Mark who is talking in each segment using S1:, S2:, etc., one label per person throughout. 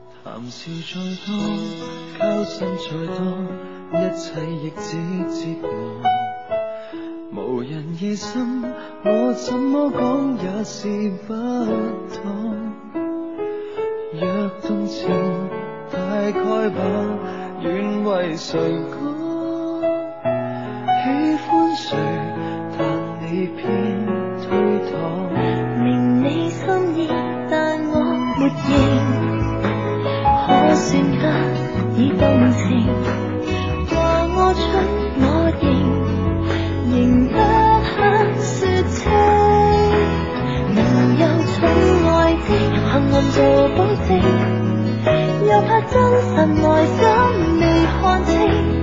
S1: 潮再多，交心再多，一切亦只折磨。無人夜深，我怎麼講也是不妥。若動情，大概吧，願為誰歌？喜歡誰，但你偏推搪。
S2: 明你心意，但我沒認。可算他已動情，話我蠢我認，仍不肯說清。能有寵愛的幸運做保證，又怕真實內心未看清。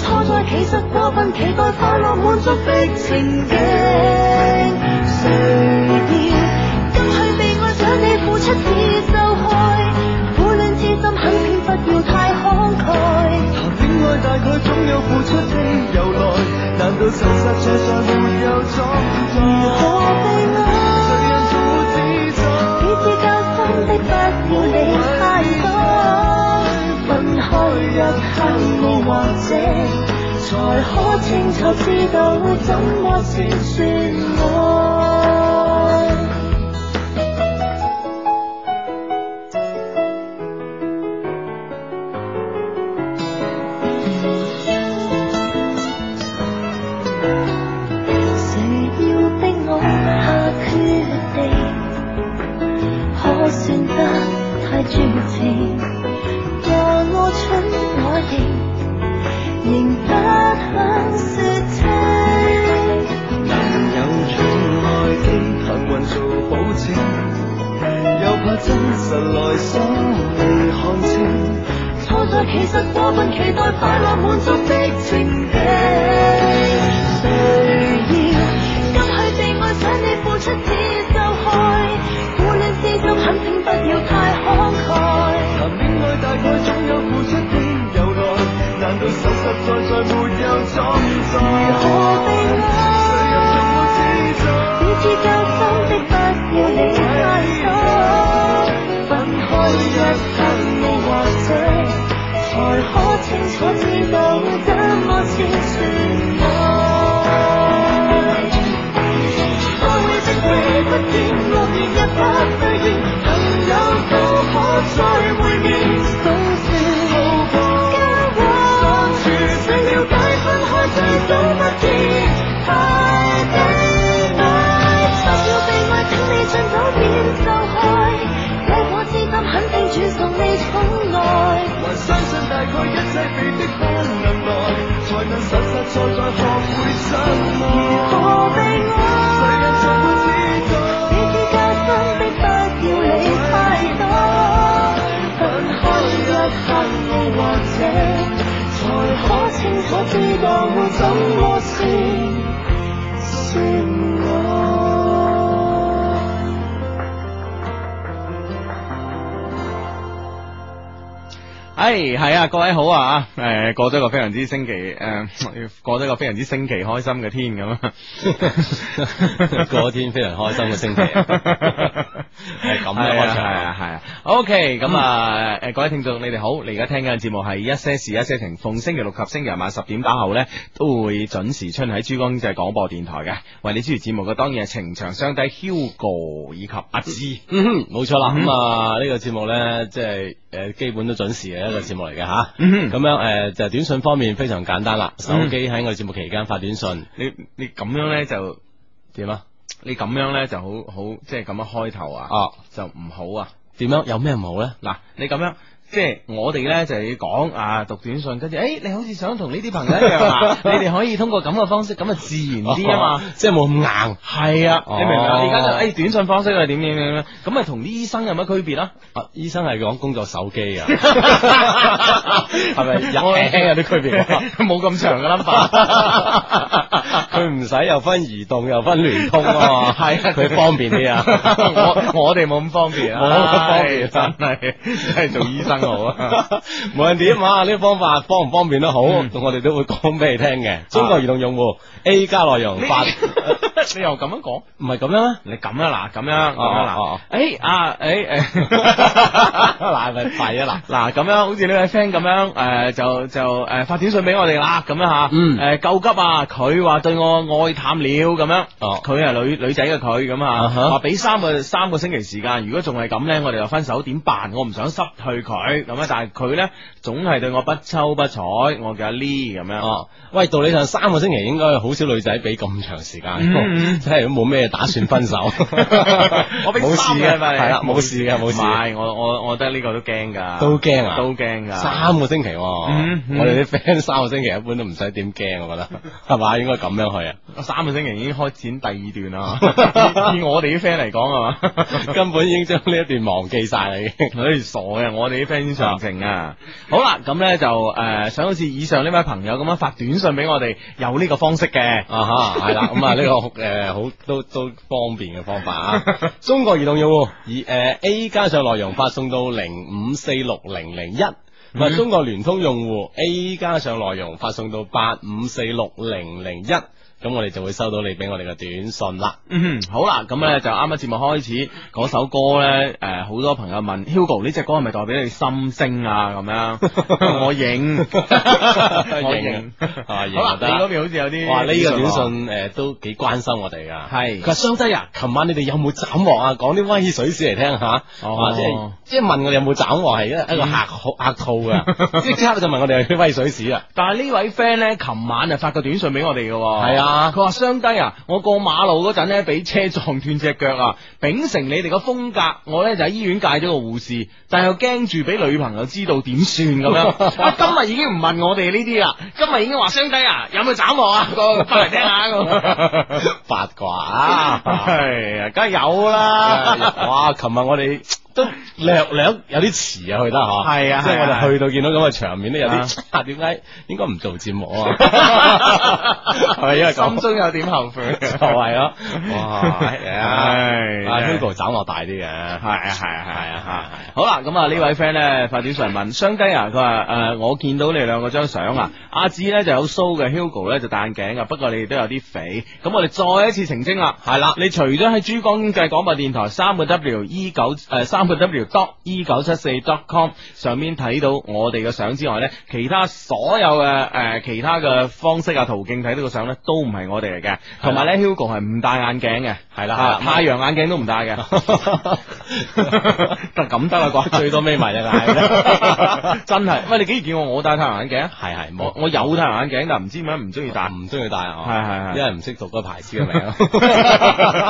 S2: 錯在其實過分期待快樂滿足的情景。誰料，今去被愛想你付出只受害，苦戀之心很偏，不要太慷慨。
S1: 談戀愛大概總有付出的由來，難道實實在在沒有裝作？
S2: 如何被愛，
S1: 誰人苦自作？
S2: 彼此交心的不要理太多。分開一刻，你或者才可清楚知道怎麼先算愛。誰要逼我下決定？可算得太絕情，話我蠢我認，仍不肯說清。
S1: 但有寵愛的幸運做保證，又怕真實內心未看清。
S2: 錯在其實過分期待快樂滿足的情景。誰要今去被愛想你付出只受害，苦戀之心很拼，不要太慷慨。
S1: 談戀愛大概總有付出的由來，難道實實在在沒有裝載？
S2: 如何被
S1: 誰
S2: 愛？
S1: 人總會自作？
S2: 彼此交心的不要理太多，分開一刻你或者才可清楚知道怎麼先算愛。我會即使不見，六年日白歲月，朋友都可再會面。總算好過交往，想了解分開最早不見，太悲哀。十秒被愛，請你盡早變受害，這顆痴心肯定轉送你寵愛。
S3: 嗯
S1: 還相信大概一切被逼不能耐，才能實實在在學會相愛。
S2: 何被
S1: 誰
S2: 愛？
S1: 人總會自作？
S2: 彼此交心的不要理太多，分開一刻我或者才可清楚知道怎麼先算愛。
S4: 哎，係啊，各位好啊，诶、過咗一個非常之星期，诶、 過咗一個非常之星期開心嘅天 咁啊，
S3: 嗰天非常開心嘅星期，啊 係咁嘅開
S4: 係
S3: 場
S4: 啊，係啊。OK，咁啊，诶，各位聽眾，你哋好，你而家聽緊嘅節目係一些事一些情，逢星期六及星期日晚十點打後咧，都會準時出現喺珠江經濟廣播電台嘅。為你主持節目嘅當然係情長相低 Hugo 以及阿芝。
S3: 嗯哼，冇錯啦。
S4: 嗯
S3: 咁啊，呢個節目呢，即係誒基本都準時嘅一個節目嚟嘅吓。
S4: 嗯
S3: 咁樣誒就短信方面非常簡單啦，手機喺我哋節目期間發短信
S4: 你你咁樣咧就
S3: 點啊？
S4: 你咁樣咧就好好，即係咁樣開頭啊，
S3: 哦，
S4: 就唔好啊。
S3: 點樣有咩唔好呢？
S4: 嗱，你咁樣。即係我哋咧就要講啊，讀短信，跟住，誒、你好似想同呢啲朋友一樣 啊，你哋可以通過咁嘅方式，咁啊自然啲啊嘛。，
S3: 哦即係冇咁硬。
S4: 係啊，你明唔明啊？
S3: 哦
S4: 而家就誒短信方式係點點點點，咁啊同啲醫生有乜區別啊？
S3: 啊，醫生係講工作手 機啊，係咪有輕有啲區別啊？
S4: 冇咁長嘅 number。
S3: 佢唔使又分移動又分聯通 啊嘛，係佢方便啲啊。
S4: 我我哋冇咁方便啊，
S3: 冇咁方
S4: 唉
S3: 便
S4: 真係真係做醫生
S3: 生好啊！無論點啊，呢個方法方唔方便都好，
S4: 嗯
S3: 我哋都會講俾你聽
S4: 啊
S3: 嘅。中國移動用戶 A 加內容發，
S4: 你又咁樣講，
S3: 唔係咁樣咩？
S4: 你咁啊嗱，咁樣咁
S3: 哦哦
S4: 啊
S3: 哦
S4: 嗱，诶啊诶诶，
S3: 嗱咪弊啊
S4: 嗱咁樣，好似呢位 friend 咁樣，诶就就诶發短信俾我哋啦，咁樣吓，
S3: 嗯
S4: 诶救急啊，佢話對我愛淡了咁樣，
S3: 哦
S4: 佢係女女仔嘅佢咁啊，
S3: 啊哈
S4: 話俾三個三個星期時間，如果仲係咁咧，我哋就分手點辦？我唔想失去佢咁啊，但係佢咧總係對我不瞅不睬，我叫阿 Lee 咁樣。
S3: 嗱！哦，喂，道理上三個星期應該好少女仔俾咁長時
S4: 嗯
S3: 間，真係都冇咩打算分手。
S4: 我俾
S3: 冇
S4: 三
S3: 事
S4: 個
S3: 嘅，
S4: 禮拜你啊
S3: 係啦，冇事嘅，冇
S4: 唔
S3: 事，
S4: 係，我我我覺得呢個都驚噶，
S3: 都驚啊！
S4: 都驚噶。
S3: 三個星期喎，
S4: 嗯嗯
S3: 我哋啲 friend 三個星期一般都唔使點驚，我覺得係嘛，應該咁樣去 啊。
S4: 三個星期已經開展第二段啦。以 以我哋啲 friend 嚟講係嘛。
S3: 根本已經將呢一段忘記晒啦，已經。
S4: 唉，傻嘅，我哋啲 friend 長情啊！好啦，咁呢就诶、呃想好似以上呢位朋友咁樣發短信俾我哋，有呢個方式嘅。
S3: 啊哈，係啦，咁啊呢個诶 好都都方便嘅方法啊。 中國移動用戶以诶 A 加上內容發送到零五四六零零一。咁啊，
S4: 嗯
S3: 中國聯通用戶 A 加上內容發送到八五四六零零一，咁我哋就會收到你俾我哋嘅短信啦。
S4: 嗯，好啦，咁呢就啱啱節目開始嗰首歌呢，诶、
S3: 呃
S4: 好多朋友問 Hugo 呢只歌係咪代表你心聲啊？咁樣， 我 認，我認
S3: 認， 啊認
S4: 好啦，
S3: 就
S4: 你
S3: 得啦
S4: 嗰邊好似有啲啊
S3: 哇！呢、個短
S4: 喎
S3: 信誒、都幾關心我哋噶。
S4: 係
S3: 佢話雙低啊，琴晚你哋有冇斬獲啊？講啲威水史嚟聽下。
S4: 哦嗯
S3: 哇！即係即係問我哋有冇斬獲係一一個客號客套噶， 即刻就問我哋有啲威水史啊。
S4: 但係呢位 friend 咧，琴晚啊發個短信俾我哋嘅喎，
S3: 係啊
S4: 佢話雙低啊，我過馬路嗰陣咧，俾車撞斷只腳啊，秉承你哋嘅風格，我咧就喺醫院戒咗個護士，但係又驚住俾女朋友知道點算咁 樣。啊，今日已經唔問我哋呢啲啦，今日已經話雙低啊，有冇斬 我啊？個翻嚟聽下咁。
S3: 八卦啊！
S4: 係啊，梗係有啦。
S3: 哇！琴日我哋都略略有啲遲啊，去得嚇。
S4: 係啊
S3: 即係
S4: 係
S3: 我
S4: 啊
S3: 哋去到見到咁嘅場面咧，有啲 啊點解應該唔做節 目啊？ 係咪因為
S4: 心
S3: 咁？
S4: 中有點後悔，
S3: 就係咯，哇！係啊
S4: 唉
S3: 啊，Hugo 斬落大啲嘅，
S4: 系啊系啊系啊吓
S3: 係啊，
S4: 好啦，咁啊呢位 friend 咧發短信問，雙低啊，佢話诶我見到你兩個張相啊，阿志咧就有須嘅，Hugo 咧就戴眼鏡啊，不過你哋都有啲肥，咁我哋再一次澄清啦，係啦，你除咗喺珠江經濟廣播電台三個 W E 九诶三個 W dot E 九七四 dot com 上面睇到我哋嘅相之外咧，其他所有嘅诶、呃其他嘅方式啊途徑睇到嘅相咧都唔係我哋嚟嘅，同埋咧 Hugo 係唔戴眼鏡嘅，
S3: 係啦
S4: 啊
S3: 係啦
S4: 太陽眼鏡都唔戴 嘅。得咁得啦 啩，
S3: 最多眯埋隻眼 啫
S4: 真係。喂，你幾時見過我戴太陽眼鏡？啊
S3: 係係
S4: 我
S3: 冇，
S4: 我有太陽眼鏡，但唔知點解唔中意戴。
S3: 唔中意戴啊，
S4: 係係係
S3: 因為唔識讀嗰個牌子嘅名。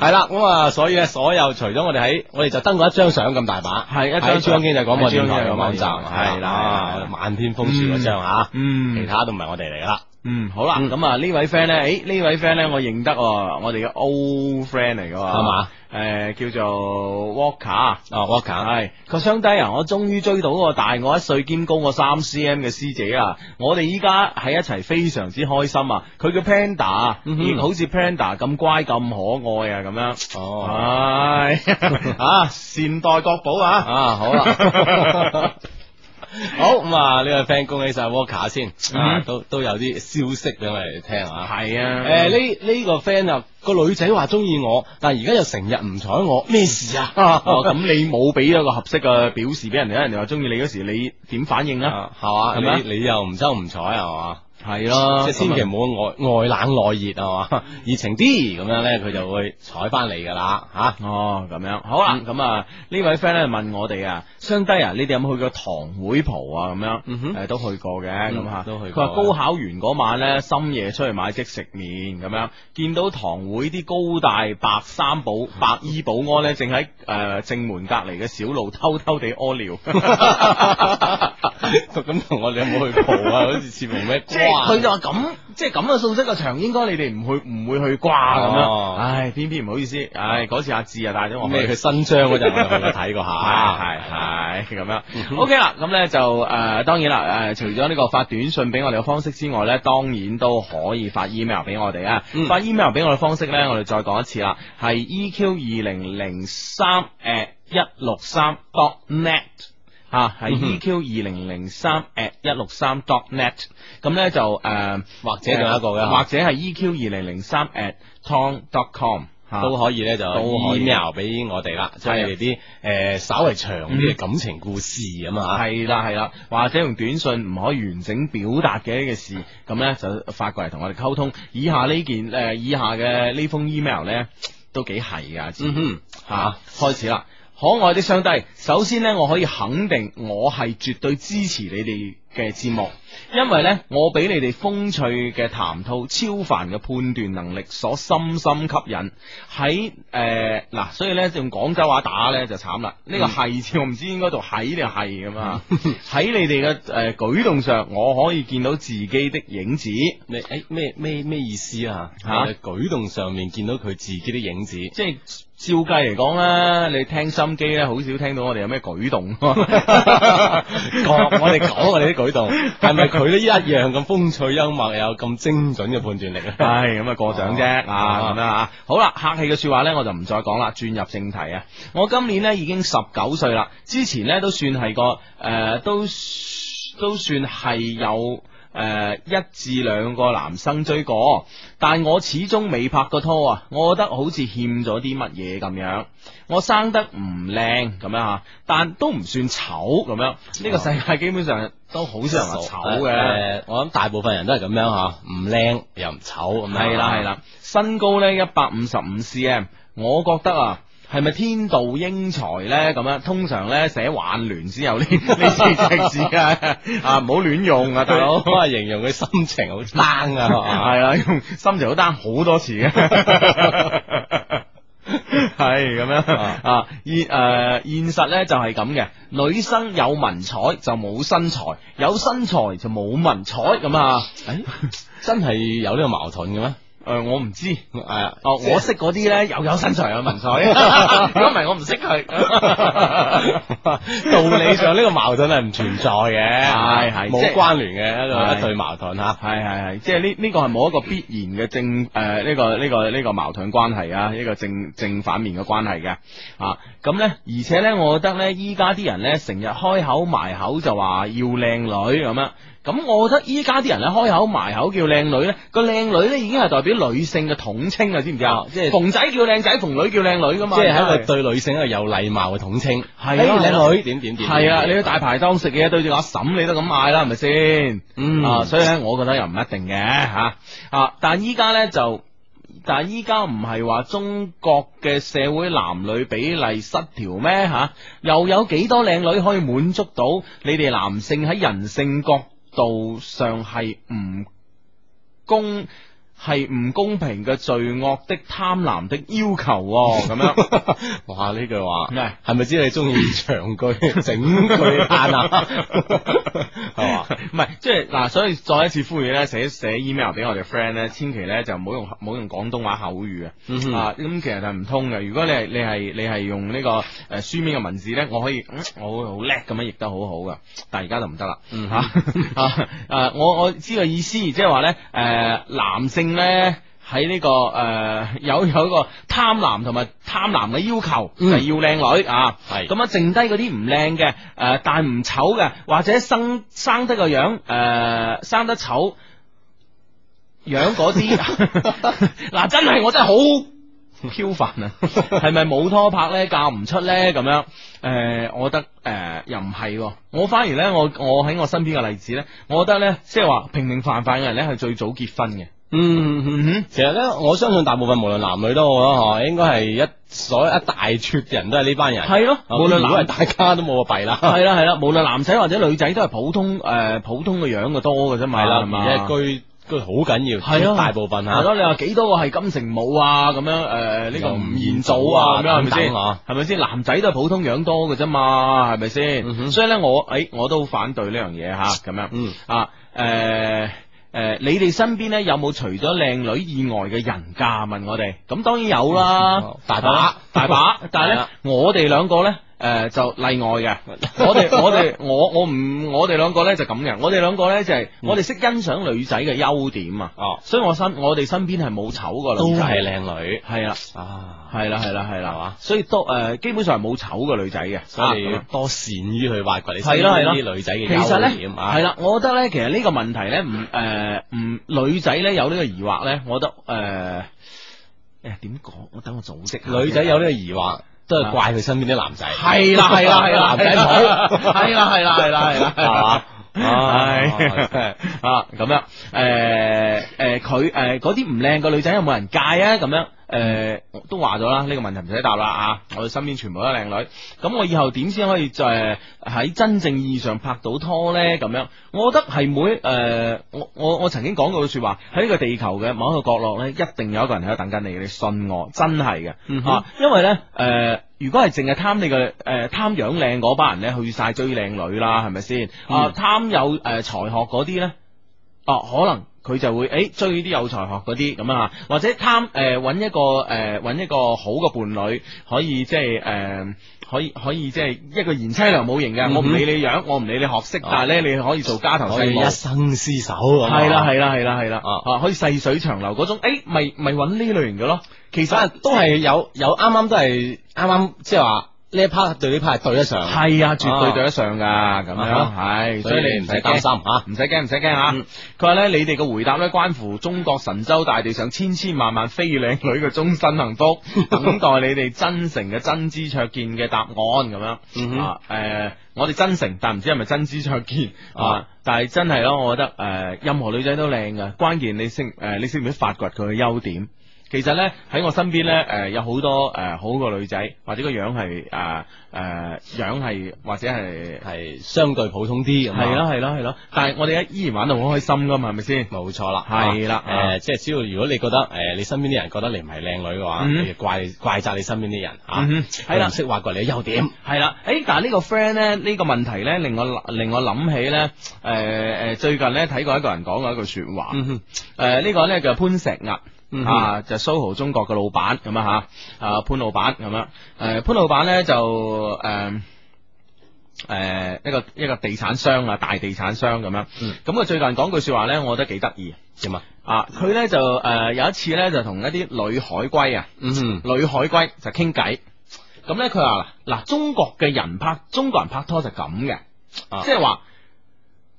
S3: 係啦，咁啊，所以咧，所有除咗我哋喺，我哋就登過一張相咁大把，
S4: 係一張
S3: 喺珠江經濟廣
S4: 喺
S3: 播電台
S4: 珠江經濟廣
S3: 嘅
S4: 播
S3: 網站，
S4: 電台
S3: 係
S4: 係啦
S3: 啦
S4: 係啦
S3: 啊，漫天風雪嗰張啊，
S4: 嗯
S3: 其他都唔係我哋嚟㗎啦。
S4: 嗯，好啦，咁啊呢位 friend 咧，诶呢位 friend 咧，我認得喎，我哋嘅 old friend 嚟嘅喎，
S3: 係嘛？
S4: 诶，叫做 Walker。
S3: 哦，Walker，
S4: 系佢相低啊！我終於追到嗰個大我一歲兼高我三 cm 嘅師姐啊！我哋依家喺一齊非常之開心啊！佢叫 Panda，
S3: 嗯哼
S4: 亦好似 Panda 咁乖咁可愛啊！咁樣。
S3: 哦，
S4: 唉，啊，善待國寶啊！
S3: 啊，好啦。好咁啊！呢個 friend 恭喜晒 Walker 先，啊
S4: 嗯
S3: 都都有啲消息俾我哋聽啊。
S4: 係啊，
S3: 诶，呢呢個 friend 啊，個女仔話中意我，但係而家又成日唔睬我，咩事啊？
S4: 哦咁你冇俾咗個合適嘅表示俾人哋，人哋話中意你嗰時，你點反應啊？
S3: 啊係
S4: 係咪啊
S3: 嘛？你你又唔周唔睬係嘛？
S4: 係咯啊
S3: 即係千祈唔好外外冷內熱係嘛？熱情啲咁樣咧，佢就會睬翻你㗎啦吓。
S4: 哦，咁樣好啦，咁啊呢位 friend 咧問我哋啊，相低啊，你哋有冇去過堂會蒲啊？咁樣，
S3: 嗯哼
S4: 誒都去過嘅，咁
S3: 嗯
S4: 吓，
S3: 都去
S4: 佢
S3: 過
S4: 話高考完嗰晚咧，深夜出去買即食麵咁樣，見到堂會啲高大白衫保白衣保安咧，正喺誒正門隔離嘅小路偷偷地屙 尿。
S3: 咁同我哋有冇去蒲啊？好似似冇咩
S4: 即係佢
S3: 關。
S4: 就話咁，即係咁嘅素質嘅場，應該你哋唔會唔會去啩咁樣。
S3: 哦
S4: 唉，偏偏唔好意思，唉，嗰次阿志啊帶咗我去
S3: 咩？佢新章嗰陣我就去過睇過下，
S4: 係系系咁樣。
S3: 嗯
S4: OK 啦，咁呢就诶、呃，当然啦，诶、除咗呢個發短信俾我哋嘅方式之外呢，當然都可以發 email 俾我哋啊。
S3: 嗯
S4: 發 email 俾我哋方式呢，我哋再講一次啦，E 係 EQ 二零零三 at 一六三 dot net。吓係
S3: 嗯哼
S4: EQ 二零零三 at 一六三 dot net，咁咧就诶
S3: 或者仲有一個嘅
S4: 或者係 EQ 二零零三 at tom dot com 嚇
S3: 都可以咧就
S4: 都可以
S3: email 俾我哋啦，
S4: 嗯
S3: 將
S4: 係啊
S3: 你哋啲诶稍為長啲嘅
S4: 嗯
S3: 感情故事咁啊，
S4: 系啦系啦，或者用短信唔可以完整表達嘅一個事，咁呢就發過嚟同我哋溝通。以下呢件诶、呃以下嘅呢封 email 呢，都幾係噶，
S3: 嗯哼
S4: 吓、開始啦。可愛的上帝，首先呢，我可以肯定我係絕對支持你哋嘅節目，因為呢，我俾你哋風趣嘅談吐、超凡嘅判斷能力所深深吸引。喺誒嗱，所以呢，用廣州話打呢就慘啦。
S3: 嗯
S4: 呢、個係字我唔知應該讀喺定係咁 啊。喺你哋嘅誒呃舉動上，我可以見到自己的影子。
S3: 你诶咩咩咩意思啊？
S4: 嚇
S3: 我哋舉動上面見到佢自己啲影子，
S4: 即係照計嚟講啦，你聽心機咧，好少聽到我哋有咩舉 動。
S3: 講我哋講我哋啲舉動，係咪佢都一樣咁風趣幽默，又有咁精準嘅判斷力 咧？
S4: 唉，咁啊過獎啫啊
S3: 啊
S4: 咁樣啊，好啦，客氣嘅说話呢，我就唔再講啦，轉入正題啊。我今年呢已經十九歲啦，之前呢都算係個诶、呃都都算係有。诶、一至兩個男生追過，但我始終未拍過拖啊！我覺得好似欠咗啲乜嘢咁樣。我生得唔靚咁樣吓，啊但都唔算醜咁樣。呢、
S3: 哦
S4: 個世界基本上都好少人話醜嘅。
S3: 誒我諗大部分人都係咁樣吓，唔靚又唔醜咁樣。
S4: 系啦系啦，身高呢一百五十五 cm，我覺得啊。係咪天妒英才呢？咁樣通常呢，寫挽聯先 有呢呢四隻字啊！啊，唔好亂用啊，大佬。
S3: 我係形容佢心情好 down 啊，
S4: 係啦，用心情好 down 好多次嘅。 係咁樣啊，現誒、呃、現實咧就係咁嘅，女生有文采就冇身材，有身材就冇文采咁啊！
S3: 誒真係有呢個矛盾嘅咩？
S4: 誒、呃我唔知。
S3: 誒，
S4: 哦，我識嗰啲咧又有身材有文 采，如果唔係我唔識佢。
S3: 道理上呢個矛盾係唔存在嘅，
S4: 係係即
S3: 冇
S4: 係
S3: 關聯嘅一個
S4: 係
S3: 一對矛盾吓。
S4: 係係係，即係呢呢個係冇一個必然嘅正誒呢、個呢、個呢、個矛盾關係啊，呢個正正反面嘅關係嘅啊。咁呢，而且呢，我覺得呢，依家啲人呢，成日開口埋口就話要靚女咁樣。咁我覺得依家啲人咧開口埋口叫靚女呢個靚女呢已經係代表女性嘅統稱啊，知唔知啊
S3: 啊？即係
S4: 逢仔叫靚仔，逢女叫靚女噶嘛，
S3: 即係喺
S4: 真
S3: 一個對女性一個有禮貌嘅統稱，
S4: 係啊
S3: 誒
S4: 咯
S3: 靚女點點點，
S4: 系啊，你去
S3: 都
S4: 大排檔食嘢對住個阿嬸，你都咁嗌啦，係咪先？
S3: 嗯
S4: 啊，所以咧，我覺得又唔一定嘅吓啊，但依家咧就。但依家唔係話中國嘅社會男女比例失調咩吓、又有幾多靚女可以滿足到你哋男性喺人性角度上係唔公係唔公平嘅罪惡的貪婪的要求喎咁、樣。
S3: 哇呢句話
S4: 係
S3: 係咪知你中意 長句整句嘆啊？係嘛？
S4: 唔 係，即係嗱，所以再一次呼籲咧，寫寫 email 俾我哋 friend 咧，千祈咧就唔好用唔好用廣東話口語啊。
S3: 嗯哼
S4: 啊，咁其實係唔通嘅。如果你係你係你係用呢、個誒、呃、書面嘅文字咧，我可以、嗯我會好叻咁樣譯得好好噶。但係而家就唔得啦。
S3: 嗯
S4: 嚇啊 啊！我我知個意思，即係話咧誒，男性咧。喺呢、個誒、呃有有一個貪婪同埋貪婪嘅要求，就係
S3: 嗯
S4: 要靚女啊！
S3: 係
S4: 咁啊，剩低嗰啲唔靚嘅，誒、呃但唔醜嘅，或者生生得個樣，誒、呃生得醜樣嗰啲， 嗱、真係我真係好漂凡啊！係咪冇拖拍咧，嫁唔出咧咁樣？誒、我覺得誒、又唔係喎，我反而咧，我我喺我身邊嘅例子咧，我覺得咧，即係話平平凡凡嘅人咧係最早結婚嘅。
S3: 嗯嗯嗯，其實咧，我相信大部分無論男女都好啦，啊嗬，應該係一所一大撮人都係呢班人。
S4: 係咯
S3: 啊
S4: 無論
S3: 如果
S4: 男啊
S3: 係大家都冇 個弊啦。
S4: 系啦系啦，無論男仔或者女仔都係普通诶、誒普通嘅樣嘅多嘅啫嘛，
S3: 係啊
S4: 係
S3: 啦，
S4: 嘛
S3: 而且居居好緊要，
S4: 係咯
S3: 絕大部分
S4: 係
S3: 吓。
S4: 咯，你話幾多個係金城武啊？咁樣誒呢個
S3: 又
S4: 吳
S3: 吳
S4: 彥
S3: 彥
S4: 祖
S3: 祖
S4: 啊？咁
S3: 啊
S4: 樣係咪先？
S3: 等等啊
S4: 係咪先？男仔都係普通樣多嘅啫嘛，係咪
S3: 嗯
S4: 先？
S3: 哼
S4: 所以咧，我誒我都好反對呢樣嘢嚇，咁樣
S3: 嗯
S4: 啊誒。誒、你哋身邊咧有冇除咗靚女以外嘅人㗎？問我哋，咁當然有啦
S3: 嗯，大把
S4: 啊大把。但係
S3: 係
S4: 咧
S3: 啦，
S4: 我哋兩個咧，誒、诶就例外 嘅。我哋我哋我我唔我哋兩個咧就咁嘅，我哋兩個咧就係我哋識欣賞女仔嘅優點啊。
S3: 嗯哦，
S4: 所以我身我哋身邊係冇醜過
S3: 都
S4: 女仔，
S3: 係靚女
S4: 係啦。
S3: 啊，
S4: 係啦，係啦，係啦，嘛？所以多诶，基本上係冇醜嘅女仔嘅，
S3: 所以你
S4: 啊咁
S3: 要
S4: 樣
S3: 多善於去挖掘你身
S4: 係咯係
S3: 邊
S4: 咯
S3: 啲女仔嘅
S4: 其實
S3: 優
S4: 咧，
S3: 點啊，
S4: 係啦，我覺得咧，其實呢個問題咧，唔诶唔女仔咧有呢個疑惑咧，我覺得呃诶诶點講？我等我組織下
S3: 女仔有呢個疑惑，都係
S4: 啊
S3: 怪佢身邊啲男仔。
S4: 係 啦係啦係啦，
S3: 男仔啊冇，
S4: 係啦係啦係啦係啦，
S3: 係 嘛？
S4: 唉
S3: 真係
S4: 啊咁樣诶诶佢诶嗰啲唔靚嘅女仔有冇人戒啊？咁樣诶、我都話咗啦，呢、個問題唔使答啦啊！我哋身邊全部都係靚女，咁我以後點先可以就係喺真正意義上拍到拖呢？咁樣我覺得係每诶、我我我曾經講過嘅说話，喺呢個地球嘅某一個角落呢，一定有一個人喺度等緊你嘅，你信我，真係嘅、
S3: 嗯哼
S4: 啊！因為呢。诶、如果係淨係貪你嘅誒貪樣靚嗰班人咧，去晒追靚女啦，係咪先？啊，
S3: 嗯
S4: 貪有誒、呃、才學嗰啲咧，哦、可能佢就會誒、欸追啲有才學嗰啲咁啊，或者貪誒揾一個誒揾、一個好嘅伴侶，可以即係誒。呃可以可以即係一個賢妻良母型嘅，
S3: 嗯哼哦
S4: 我唔理你樣，我唔理你學識，但係咧你可以做家頭
S3: 可
S4: 細
S3: 以
S4: 務
S3: 一，生厮守咁啊。
S4: 係啦係啦係啦係啦，
S3: 啊
S4: 啊可以細水長流嗰種，誒咪咪揾呢類型嘅咯，其
S3: 其實
S4: 實
S3: 都係有有啱啱都係啱啱，即係話呢一 part 對呢 part 係對得上，
S4: 系啊，絕對對得上噶，咁
S3: 哦啊
S4: 樣系，
S3: 所
S4: 所
S3: 以
S4: 以
S3: 你
S4: 你
S3: 唔
S4: 唔
S3: 使
S4: 使
S3: 擔
S4: 擔
S3: 心啊
S4: 心。
S3: 嚇。
S4: 唔使驚，唔使驚吓。啊嗯佢話咧，你哋嘅回答咧，關乎中國神州大地上千千萬萬飛靚女嘅終身幸 福，等待你哋真誠嘅真知灼見嘅答案咁樣。
S3: 嗯哼
S4: 啊，诶，我哋真誠，但唔知係咪真知灼見
S3: 啊
S4: 啊？但係真係咯，我覺得诶，任何女仔都靚嘅，關鍵你識诶，你識唔識發掘佢嘅優點？其實咧喺我身邊咧，誒、有好多誒、好嘅女仔，或者個樣係誒誒樣係或者係
S3: 係相對普通啲咁啊
S4: 係咯係咯係咯，但係我哋依然玩到好開心噶嘛，係咪先？
S3: 冇錯啦，
S4: 係啦
S3: 誒、即係只要如果你覺得誒、你身邊啲人覺得你唔係靚女嘅話，
S4: 嗯
S3: 你就怪怪責你身邊啲人嚇，
S4: 嗯哼
S3: 係
S4: 係
S3: 啦、
S4: 啦
S3: 唔識挖掘你嘅優點，
S4: 係啦，誒，但係呢個 friend 咧，呢、個問題咧，令我令我諗起咧，誒、誒，最近咧睇過一個人講過一句説話，
S3: 嗯哼
S4: 誒、呢個咧叫潘石屹。
S3: 嗯哼
S4: 啊，就 SOHO 中國嘅老闆咁啊吓，啊潘老闆咁樣，誒、潘老闆咧就誒。诶、一個一個地產商啊，大地產商咁樣，
S3: 嗯
S4: 咁佢、最近講句说話咧，我覺得幾得意
S3: 點啊？
S4: 啊！佢咧就诶、誒有一次咧就同一啲女海龜啊，
S3: 嗯哼，
S4: 女海龜就傾偈，咁咧佢話嗱嗱，中國嘅人拍中國人拍拖就咁嘅，
S3: 啊
S4: 即係話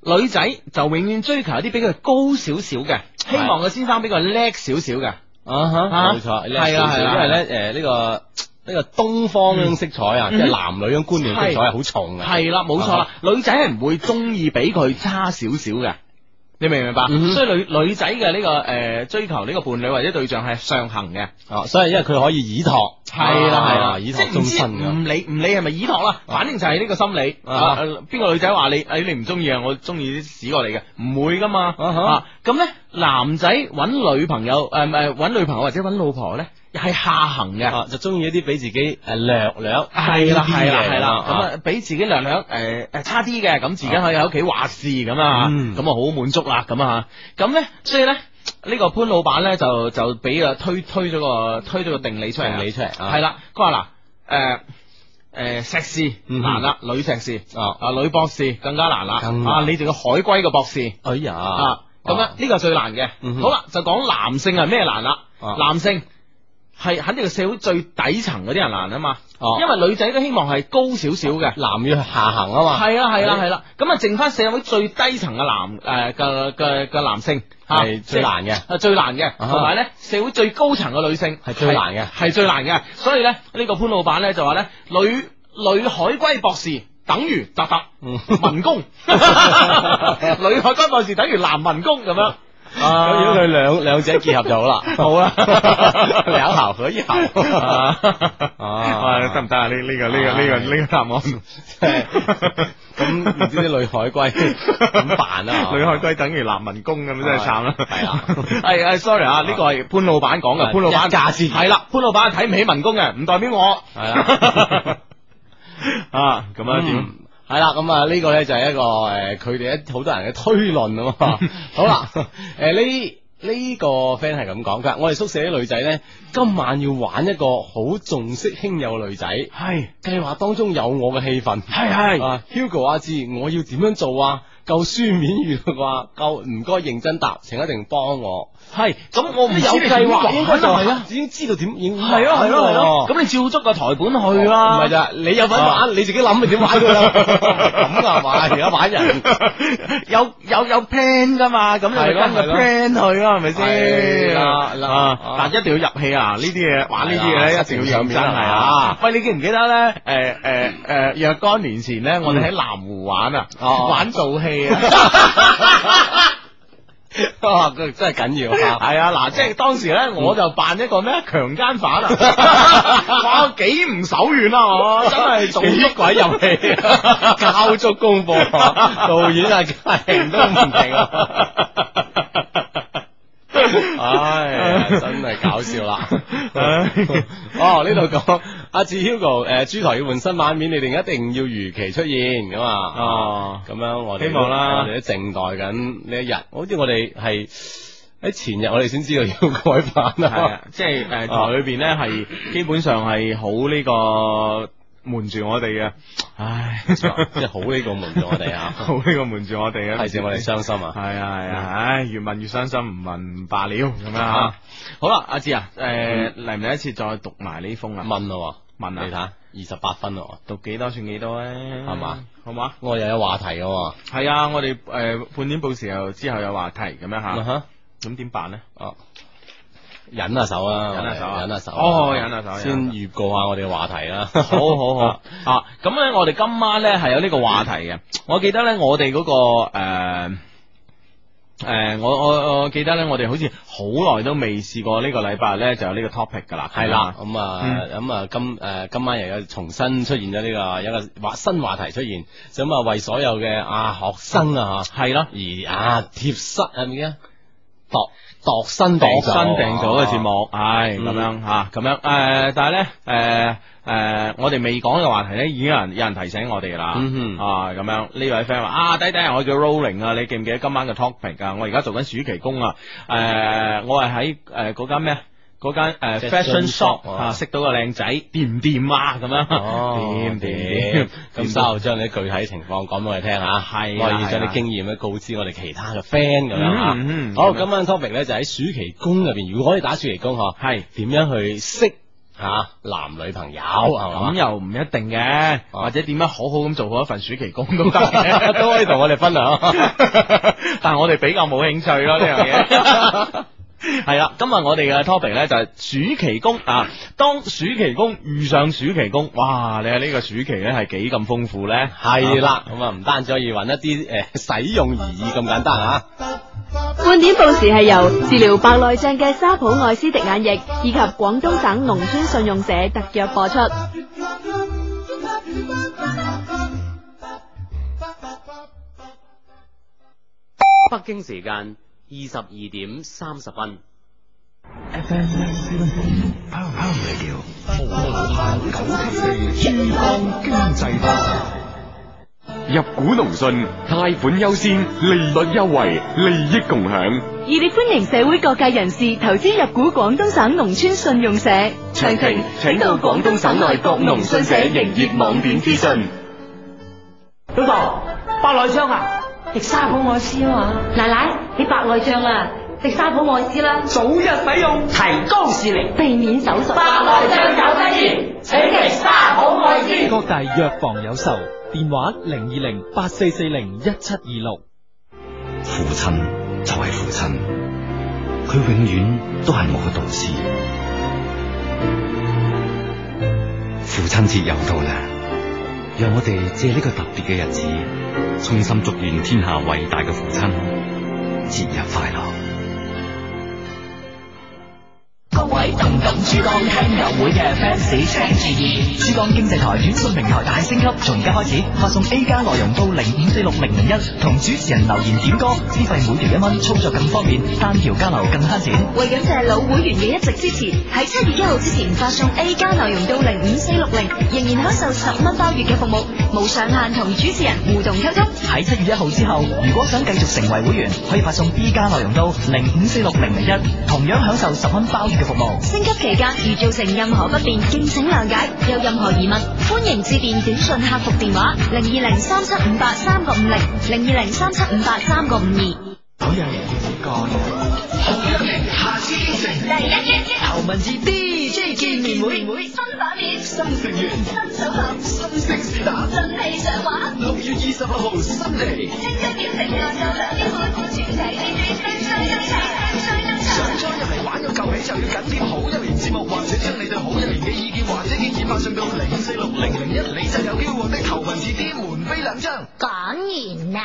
S4: 女仔就永遠追求一啲比佢高少少嘅，希望個先生比佢叻少少嘅。
S3: 啊哈，
S4: 啊
S3: 冇錯，
S4: 係啦
S3: 係啦，
S4: 係啦
S3: 因為咧誒呢個。呢個東方嗰種色彩啊，
S4: 嗯
S3: 即係男女嗰種觀念色彩係
S4: 係
S3: 好重嘅。
S4: 系啦，冇錯啦
S3: 啊，
S4: 女仔係唔會中意比佢差少少嘅。你明唔明白？
S3: 嗯哼
S4: 所以女女仔嘅呢個诶、呃追求呢個伴侶或者對象係上行嘅，
S3: 啊，所以因為佢可以倚托，
S4: 係
S3: 啊
S4: 即
S3: 倚托
S4: 係唔
S3: 終身
S4: 知
S3: 㗎。
S4: 唔理唔理係咪倚托啦，
S3: 啊
S4: 反正就係呢個心理。
S3: 啊
S4: 啊，呃邊個女仔話你诶你唔中意啊？我中意屎過你嘅，唔會噶嘛。
S3: 啊哈
S4: 啊，咁咧男仔揾女朋友诶诶揾女朋友或者揾老婆咧係下行嘅。
S3: 啊，就中意一啲俾自己誒略略
S4: 系啦系啦系啦，咁啊
S3: 啊
S4: 俾自己量量诶诶差啲嘅，咁自己可以喺屋企話事咁啊，
S3: 嗯
S4: 咁啊好滿足啦咁啊，咁咧所以咧呢個潘老闆咧就就俾啊推推咗個推咗個定理出嚟啊，
S3: 定理出嚟啊
S4: 係啦，佢話嗱诶诶碩士
S3: 嗯
S4: 難啦，女碩士
S3: 啊，
S4: 啊女博士更加難啦，
S3: 更難
S4: 啊你仲要海歸嘅博士
S3: 哎呀
S4: 啊，咁樣呢個最難嘅
S3: 嗯，哼
S4: 好啦就講男性係咩難啦
S3: 啊，
S4: 男性係肯定社會最底層嗰啲人難啊嘛。
S3: 哦
S4: 因為女仔都希望係高少少嘅。
S3: 男要下行啊嘛，
S4: 係啦係啦係啦，咁啊剩翻社會最低層嘅男誒呃嘅嘅嘅男性嚇
S3: 係最難嘅，
S4: 啊最難嘅，
S3: 哈
S4: 同埋咧社會最高層嘅女性
S3: 係最難嘅
S4: 係係最難嘅，所以咧呢個潘老闆咧就話咧女女海歸博士等於特特
S3: 嗯
S4: 民 工，女海歸博士等於男民工咁樣。
S3: 啊咁如果佢兩兩者結合就好啦，好啦，兩喉可以喉
S4: 啊
S3: 啊
S4: 得唔得啊？呢呢個呢個呢個呢個答案。
S3: 咁唔知啲女海龜點辦啊？
S4: 女海歸等於男民工咁，真係慘啦。
S3: 係啦
S4: 係係，sorry 啊，呢個係潘老闆講嘅，潘老闆
S3: 一家之言
S4: 係啦，潘老闆睇唔起民工嘅，唔代表我。
S3: 係啦，
S4: 啊，咁樣點？
S3: 嗯係啦，咁啊呢 個咧就係一個誒，佢哋一好多人嘅推論啊嘛。好啦，誒呢呢個 friend 係咁講，佢話我哋宿舍啲女仔呢，今晚要玩一個好重色輕友女仔，
S4: 系
S3: 計劃當中有我嘅戲份。
S4: 係係
S3: 啊，Hugo 阿志，我要點樣做啊？夠書面語嘅話，夠唔該認真答，請一定幫我。
S4: 系，咁我唔知
S3: 有
S4: 你計
S3: 計劃
S4: 劃
S3: 應該就
S4: 係
S3: 係
S4: 啊，
S3: 已經知道點應
S4: 係咯係咯係咯，啊咁你照足個台本去啦，
S3: 嗯哦唔係咋，你有份
S4: 啊
S3: 玩，你自己諗你點玩佢啦。 咁啊嘛，而家玩人。
S4: 有有有 plan 噶嘛，啊咁你咪
S3: 係咯
S4: 跟個
S3: 係咯
S4: plan 去咯，係咪
S3: 係
S4: 先？
S3: 啦係啦
S4: 啊
S3: 啊
S4: 但一定要入戲啊！呢啲嘢玩呢啲嘢
S3: 係
S4: 咧，
S3: 啦
S4: 一定要認真
S3: 上面
S4: 係
S3: 啊
S4: 啊！喂，你記唔記得咧？誒誒誒，若干年前咧，我哋喺南湖玩啊，
S3: 嗯哦
S4: 玩做戲啊。
S3: 啊，佢真係緊要 嚇。
S4: 系啊，嗱，即系当时咧，我就扮一个咩强奸犯啊， 哇，几唔手软啊，我真系做
S3: 幾鬼入 戲，交足功課， 導演啊，家庭都唔停 啊！唉，真係搞笑 啦！哦，呢度講阿志 Hugo 诶，珠台要換新版面，你哋一定要如期出現咁啊！
S4: 哦，
S3: 咁樣我哋
S4: 希望啦
S3: 我哋都靜待緊呢一日，好似我哋係喺前日我哋先知道要改版
S4: 系啊
S3: 啦。，
S4: 即系诶台
S3: 啊
S4: 里边咧系基本上系好呢个瞒住我哋嘅，唉，
S3: 即係好呢個門咗我哋 啊！
S4: 好呢个瞒住我哋嘅，
S3: 提示我哋傷心啊！
S4: 系啊系啊，唉，越問越傷心，唔問唔罷了咁樣吓
S3: 啊。嗯
S4: 好啦，阿志啊，诶，嚟唔嚟一次再讀埋呢封啊？
S3: 問咯喎，
S4: 問啊
S3: 你睇下二十八分咯
S4: 讀幾多算幾多咧？
S3: 係嘛？
S4: 好嘛？
S3: 喎，我又有話題嘅喎，
S4: 係啊，我哋诶半點報時又之後有話題咁樣
S3: 啊
S4: 吓，
S3: 哈，
S4: 咁點辦咧？
S3: 哦，忍下手啊，
S4: 忍下手啊
S3: 忍下手啊，
S4: 哦忍下手
S3: 先
S4: 忍下手
S3: 預告下我哋嘅話題啦，
S4: 好好 好啊！咁咧，我哋今晚咧係有呢個話題嘅。我記得咧，我哋嗰、個
S3: 呃
S4: 诶诶、誒我我我記得咧，我哋好似好耐都未試過呢個禮拜咧就有呢個 topic 噶啦。
S3: 係啦，咁啊，
S4: 嗯
S3: 咁啊，今誒今晚又有重新出現咗呢個有一個話新話題出現，咁啊為所有嘅啊學生啊嚇，
S4: 係啦，
S3: 而啊貼身係咪啊？度度身
S4: 度
S3: 訂
S4: 身訂造嘅節目，係咁樣
S3: 嗯
S4: 吓，咁樣诶，誒但係咧诶诶，誒我哋未講嘅話題咧，已經有人有人提醒我哋啦。
S3: 嗯哼
S4: 啊，咁樣呢位 friend 話啊，低低，我叫 Rolling 啊，你記唔記得今晚嘅 topic 啊？我而家做緊暑期工啊，誒，我係喺誒嗰間咩？啊嗰間誒 fashion
S3: Fashion
S4: shop
S3: shop，
S4: 啊，
S3: 啊
S4: 識到個靚仔，掂唔掂啊？咁樣，
S3: 哦，
S4: 掂掂掂
S3: 掂，咁稍後將你啲具體情況講俾我哋聽吓，
S4: 係啦
S3: 我要
S4: 係
S3: 將
S4: 啦
S3: 啲經驗咧告知我哋其他嘅 friend 咁樣啊
S4: 嗯嗯
S3: 吓。好，今晚 topic 咧就喺暑期工入邊，如果你打暑期工嗬，
S4: 係。
S3: 點樣去識吓男女朋友
S4: 哦咁
S3: 係嘛？
S4: 又唔一定嘅，或者點樣好好咁做好一份暑期工都得嘅，
S3: 哦 都可以同我哋分享。
S4: 但系我哋比較冇興趣咯呢樣 嘢。係啦，今日我哋嘅 topic 咧就係暑期工啊。當暑期工遇上暑期工，哇！你喺呢個暑期咧係幾咁豐富咧？
S3: 係啦，咁啊唔單止可以揾一啲诶使用而已咁簡單啊，
S5: 半點報時係由治療白內障嘅沙普愛斯迪眼液以及廣東省農村信用社特約播出。
S6: 北京時間二十二點三十分。
S7: 入股农信，貸款優先，利率優惠，利益共享。
S5: 熱烈歡迎社會各界人士投資入股廣東省農村信用社。詳情請到廣東省內各農信社營業網點諮詢。
S8: 老豆，白內障啊，食沙普愛斯啊嘛，
S9: 奶奶，你白內障啦，食沙普愛斯啦，
S8: 早日使用，提高視力。
S9: 避免手術。
S8: 炎，請嚟沙普愛斯。
S10: 各大藥房有售，電話零二零八四四零一七二六。
S11: 父親就係父親，佢永遠都係我嘅導師。父親節又到啦，讓我哋借呢個特別嘅日子，衷心祝願天下偉大嘅父親節日快樂。
S2: 各位
S1: 位動感珠江聽友會嘅 fans 請注意，珠江經濟台短信平台大升級，從而家開始發送 A 加內容到零五四六零零一，同主持人留言點歌，資費每條一蚊，操作更方便，單條交流更慳錢。
S12: 為感謝老會員嘅一直支持，喺七月一號之前發送 A 加內容到零五四六零，仍然享受十蚊包月嘅服務，無上限同主持人互動溝通。
S1: 喺七月一號之後，如果想繼續成為會員，可以發送 B 加內容到零五四六零零一，同樣享受十蚊包月嘅服務。
S12: 升級期間如造成任何不便，敬請諒解。有任何疑問，歡迎致電短信客服電話零二零三七五八三個五零零二零三七五八三個五二。
S1: 好有型嘅歌，好有型，下次京城
S12: 第一日
S1: 頭文字 DJ 見面會，
S12: 新版面，
S1: 新成員，
S12: 新手法，
S1: 新城是打，
S12: 準備上畫。
S1: 六月二十六號新地，
S12: 即將變成晏晝兩點半，全體 DJ 爭相登場，爭相登場。
S1: 想裝入嚟玩個舊起就要緊貼好一年節目，或者將你對好一年嘅意見或者建議發送到零四六零零一，你就有機會獲得頭文字 D 門飛兩張。
S12: 講完啦。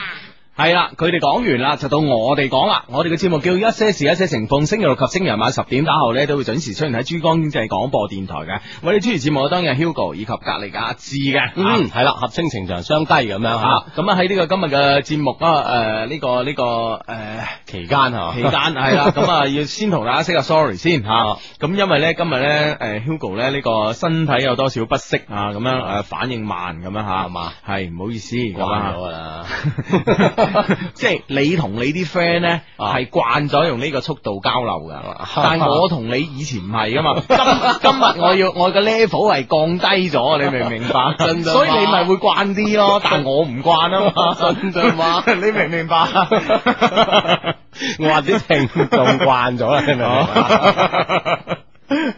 S4: 系啦，佢哋講完啦，就到我哋講啦。我哋嘅節目叫一些事一些情，逢星期六及星期日晚十點打後呢，都會準時出現喺珠江經濟廣播電台嘅。我哋主持節目嘅當然係 Hugo 以及隔離嘅阿志嘅。
S3: 嗯，係啦，合清情場相低咁樣
S4: 吓，
S3: 吓。
S4: 咁啊喺呢個今日嘅節目啊，诶呢個呢個诶
S3: 期間係
S4: 期間係啦，咁啊要先同大家 say 個 sorry 先吓。咁因為呢，今日呢，诶 Hugo 呢，呢個身體有多少不適啊，咁樣诶反應慢咁樣吓，
S3: 嗯
S4: 係嘛？係唔好意思咁
S3: 慣咗
S4: 啊。
S3: 㗎啦，
S4: 即係你同你啲 friend 咧係慣咗用呢個速度交流噶，但係我同你以前唔係噶 嘛。今今日我要我嘅 level 係降低咗，你明唔明 白？
S3: 真㗎嘛
S4: 所以你咪會慣啲 咯，但我唔慣啊嘛。
S3: 真㗎嘛
S4: 你明唔明白？
S3: 我話 啲聽眾慣咗啦，你明唔 明啊？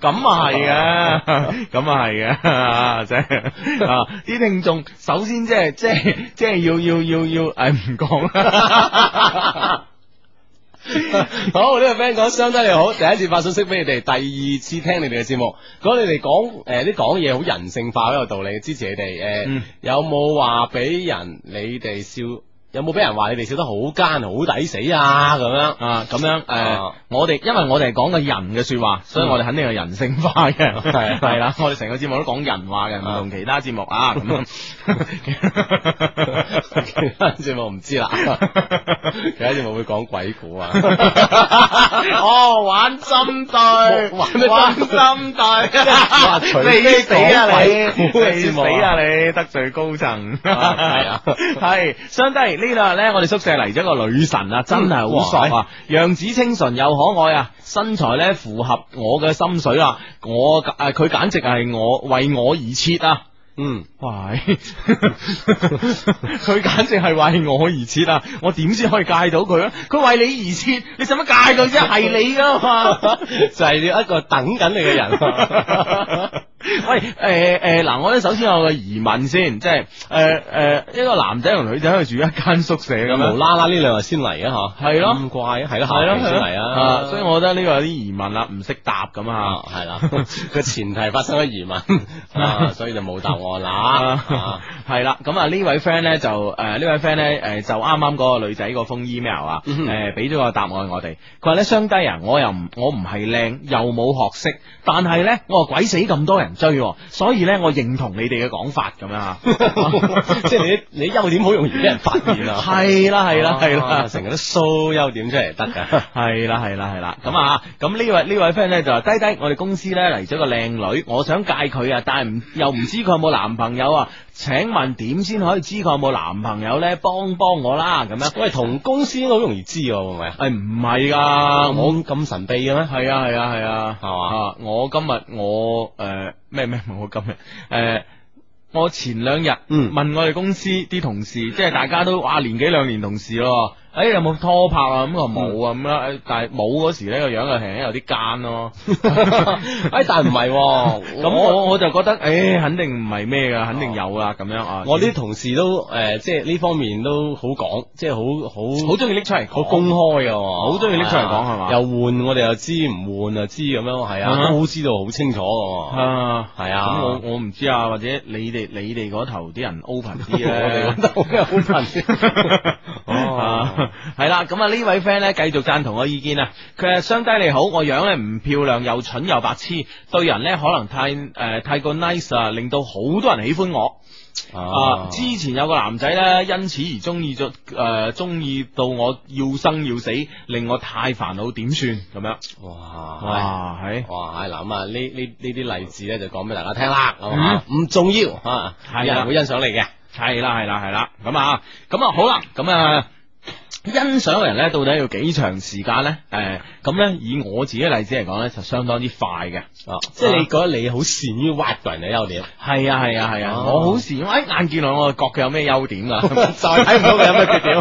S4: 咁啊係嘅， 咁啊係嘅 啊，即係啊啲聽眾首先即係即係即係要要要要，唉唔講啦。
S3: 好，呢、個 friend 講相低你好，第一次發信息俾你哋，第二次聽你哋嘅節目，講你哋講诶啲講嘢好人性化，好有道理，支持你哋。诶、
S4: 嗯
S3: 有冇話俾人你哋笑？有冇俾人話你哋笑得好奸、好抵死啊？咁樣
S4: 啊，咁樣诶，
S3: 啊
S4: 我哋因為我哋係講嘅人嘅说話，所以我哋肯定係人性化嘅，
S3: 嗯係啊
S4: 係啦，我哋成個節目都講人話嘅，唔同其他節目啊，咁樣
S3: 其他節目唔 知啦，其他節目會講鬼故啊，
S4: 哦，玩針對，
S3: 玩咩
S4: 玩
S3: 針
S4: 針
S3: 哇除
S4: 對，
S3: 非
S4: 你死啊
S3: 講鬼
S4: 你，
S3: 故嘅
S4: 你
S3: 節
S4: 死
S3: 目啊
S4: 啊你，得罪高層，係
S3: 啊，
S4: 係相低呢度咧，我哋宿舍嚟咗個女神啊，真係好爽啊，樣子清純又可愛啊，身材咧符合我嘅心水啊，我誒佢簡直係我為我而設 啊！
S3: 嗯，
S4: 喂，佢簡直係為我而設啊！我點先可以戒到佢啊？佢為你而設，你使乜戒佢啫？係你噶 嘛？
S3: 就係一個等緊你 嘅人。
S4: 喂，诶、诶，嗱、我咧首先有個疑問先，即係诶诶，一個男仔同女仔喺度住一間宿舍咁
S3: 咁
S4: 樣
S3: 無。啦啦呢兩日先嚟啊吓，
S4: 係咯
S3: 咁怪啊，
S4: 系
S3: 係咯，下期先嚟啊，
S4: 所以我覺得呢個有啲疑問啦，唔識答咁
S3: 啊
S4: 啊，
S3: 係啦， 個前提發生咗疑問，啊，所以就冇答案啦，啊
S4: 啊，系啦，咁啊呢位 friend 咧就诶呢位 friend 咧诶就啱啱嗰個女仔嗰封 email 啊，
S3: 嗯哼
S4: 诶俾咗個答案我哋，佢話咧相低啊，我又唔我唔係靚，又冇學識，但係咧我話鬼死咁多人追喎，所以咧我認同你哋嘅講法咁樣啊，
S3: 即係你你優點好容易俾人發 現啊，
S4: 係啦係啦哦係
S3: 啊
S4: 啦。
S3: 成日都 show 優點出嚟得 㗎。
S4: 系啦系啦系啦，咁啊，咁呢位呢位 friend 咧就話低低，我哋公司咧嚟咗個靚女，我想戒佢啊，但係唔又唔知佢有冇男朋友啊？請問點先可以知佢有冇男朋友咧？幫幫我啦，咁樣。
S3: 喂，同公司應該好容易知喎，會唔會啊？
S4: 诶，唔係噶，我
S3: 我咁神秘嘅咩？
S4: 係啊係啊係啊，
S3: 係嘛
S4: 啊我今日我诶咩咩，我今日诶。呃我前兩日
S3: 嗯
S4: 問我哋公司啲同事，即係大家都哇年幾兩年同事咯，誒、有冇拖拍啊？咁啊冇啊咁啦，
S3: 嗯
S4: 誒但係冇嗰時咧個樣又輕有啲奸 咯。
S3: 哎，但係唔係喎，
S4: 咁我我哎就覺得，誒、肯定唔係咩噶，肯定有啦咁樣啊。
S3: 我啲同事都誒，即係呢方面都好講，即係好好
S4: 好中意拎出嚟講，
S3: 好公開嘅喎，
S4: 好鍾意拎出嚟講係嘛
S3: 又換我哋又知，唔換又知咁樣，
S4: 嗯
S3: 係啊，
S4: 哼
S3: 都知道好清楚嘅喎。
S4: 啊，
S3: 係啊
S4: 咁我我唔知啊，或者你哋你哋嗰頭啲人啊 open 啲咧，
S3: 我哋覺得好有 open
S4: 係啊，系啦，咁啊呢位 friend 咧繼續贊同我意見啊，佢係相低你好，我樣咧唔漂亮又蠢又白痴，對人咧可能太诶、呃太過 nice 啊，令到好多人喜歡我。啊！之前有個男仔咧，因此而中意咗诶，中、意到我要生要死，令我太煩惱，點算咁樣？
S3: 哇
S4: 哇係
S3: 哇係嗱咁啊呢呢呢啲例子咧就講俾大家聽啦，
S4: 嗯
S3: 係嘛唔重 要啊，
S4: 係啊
S3: 有人會欣賞你嘅。
S4: 系啦系啦系啦，咁啊，咁啊好啦，咁啊。欣賞人咧，到底要幾長時間咧？誒、咁咧以我自己嘅例子嚟講咧，就相當之快嘅。啊
S3: 哦，即係你覺得你好善於挖掘人嘅優點。
S4: 係啊係啊係啊，
S3: 哦
S4: 我好善於，哎眼見來我就覺佢有咩優點 啊，就
S3: 睇唔到佢有咩缺點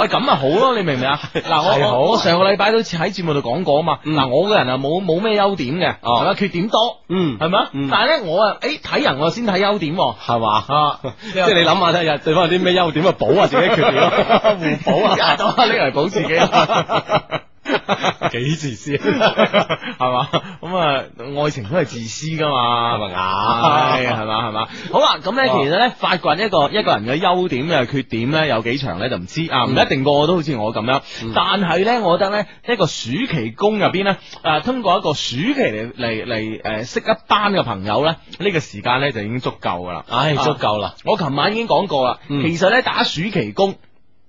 S4: 喂，咁啊好咯，你明唔明啊？嗱，
S3: 係好
S4: 我我我上個禮拜都喺節目度講過啊嘛。嗱，我個人啊冇冇咩優點嘅，係咪？缺點多，
S3: 哦嗯，
S4: 係咪啊？但係咧，我啊，誒睇人我先睇優點喎。
S3: 係嘛？
S4: 啊，
S3: 即係你諗下睇下對方有啲咩優點啊，補下自己缺點咯，互補 啊，
S4: 都係拎嚟補自己啦。
S3: 幾自 私
S4: 系嘛？咁啊，愛情都係自私噶嘛，係咪
S3: 啊
S4: 係係哎嘛係嘛？好啦，咁咧其實咧，發掘一
S3: 嗯
S4: 個一個人嘅優點嘅缺點咧，有幾長咧就唔知啊，唔一定個個都好似我咁樣。
S3: 嗯
S4: 但係咧，我覺得咧，一個暑期工入邊咧，誒通過一個暑期嚟嚟嚟誒識一班嘅朋友咧，呢個時間咧就已經足夠噶啦。
S3: 唉
S4: 啊
S3: 足夠啦。
S4: 我琴晚已經講過啦，
S3: 嗯
S4: 其實咧打暑期工。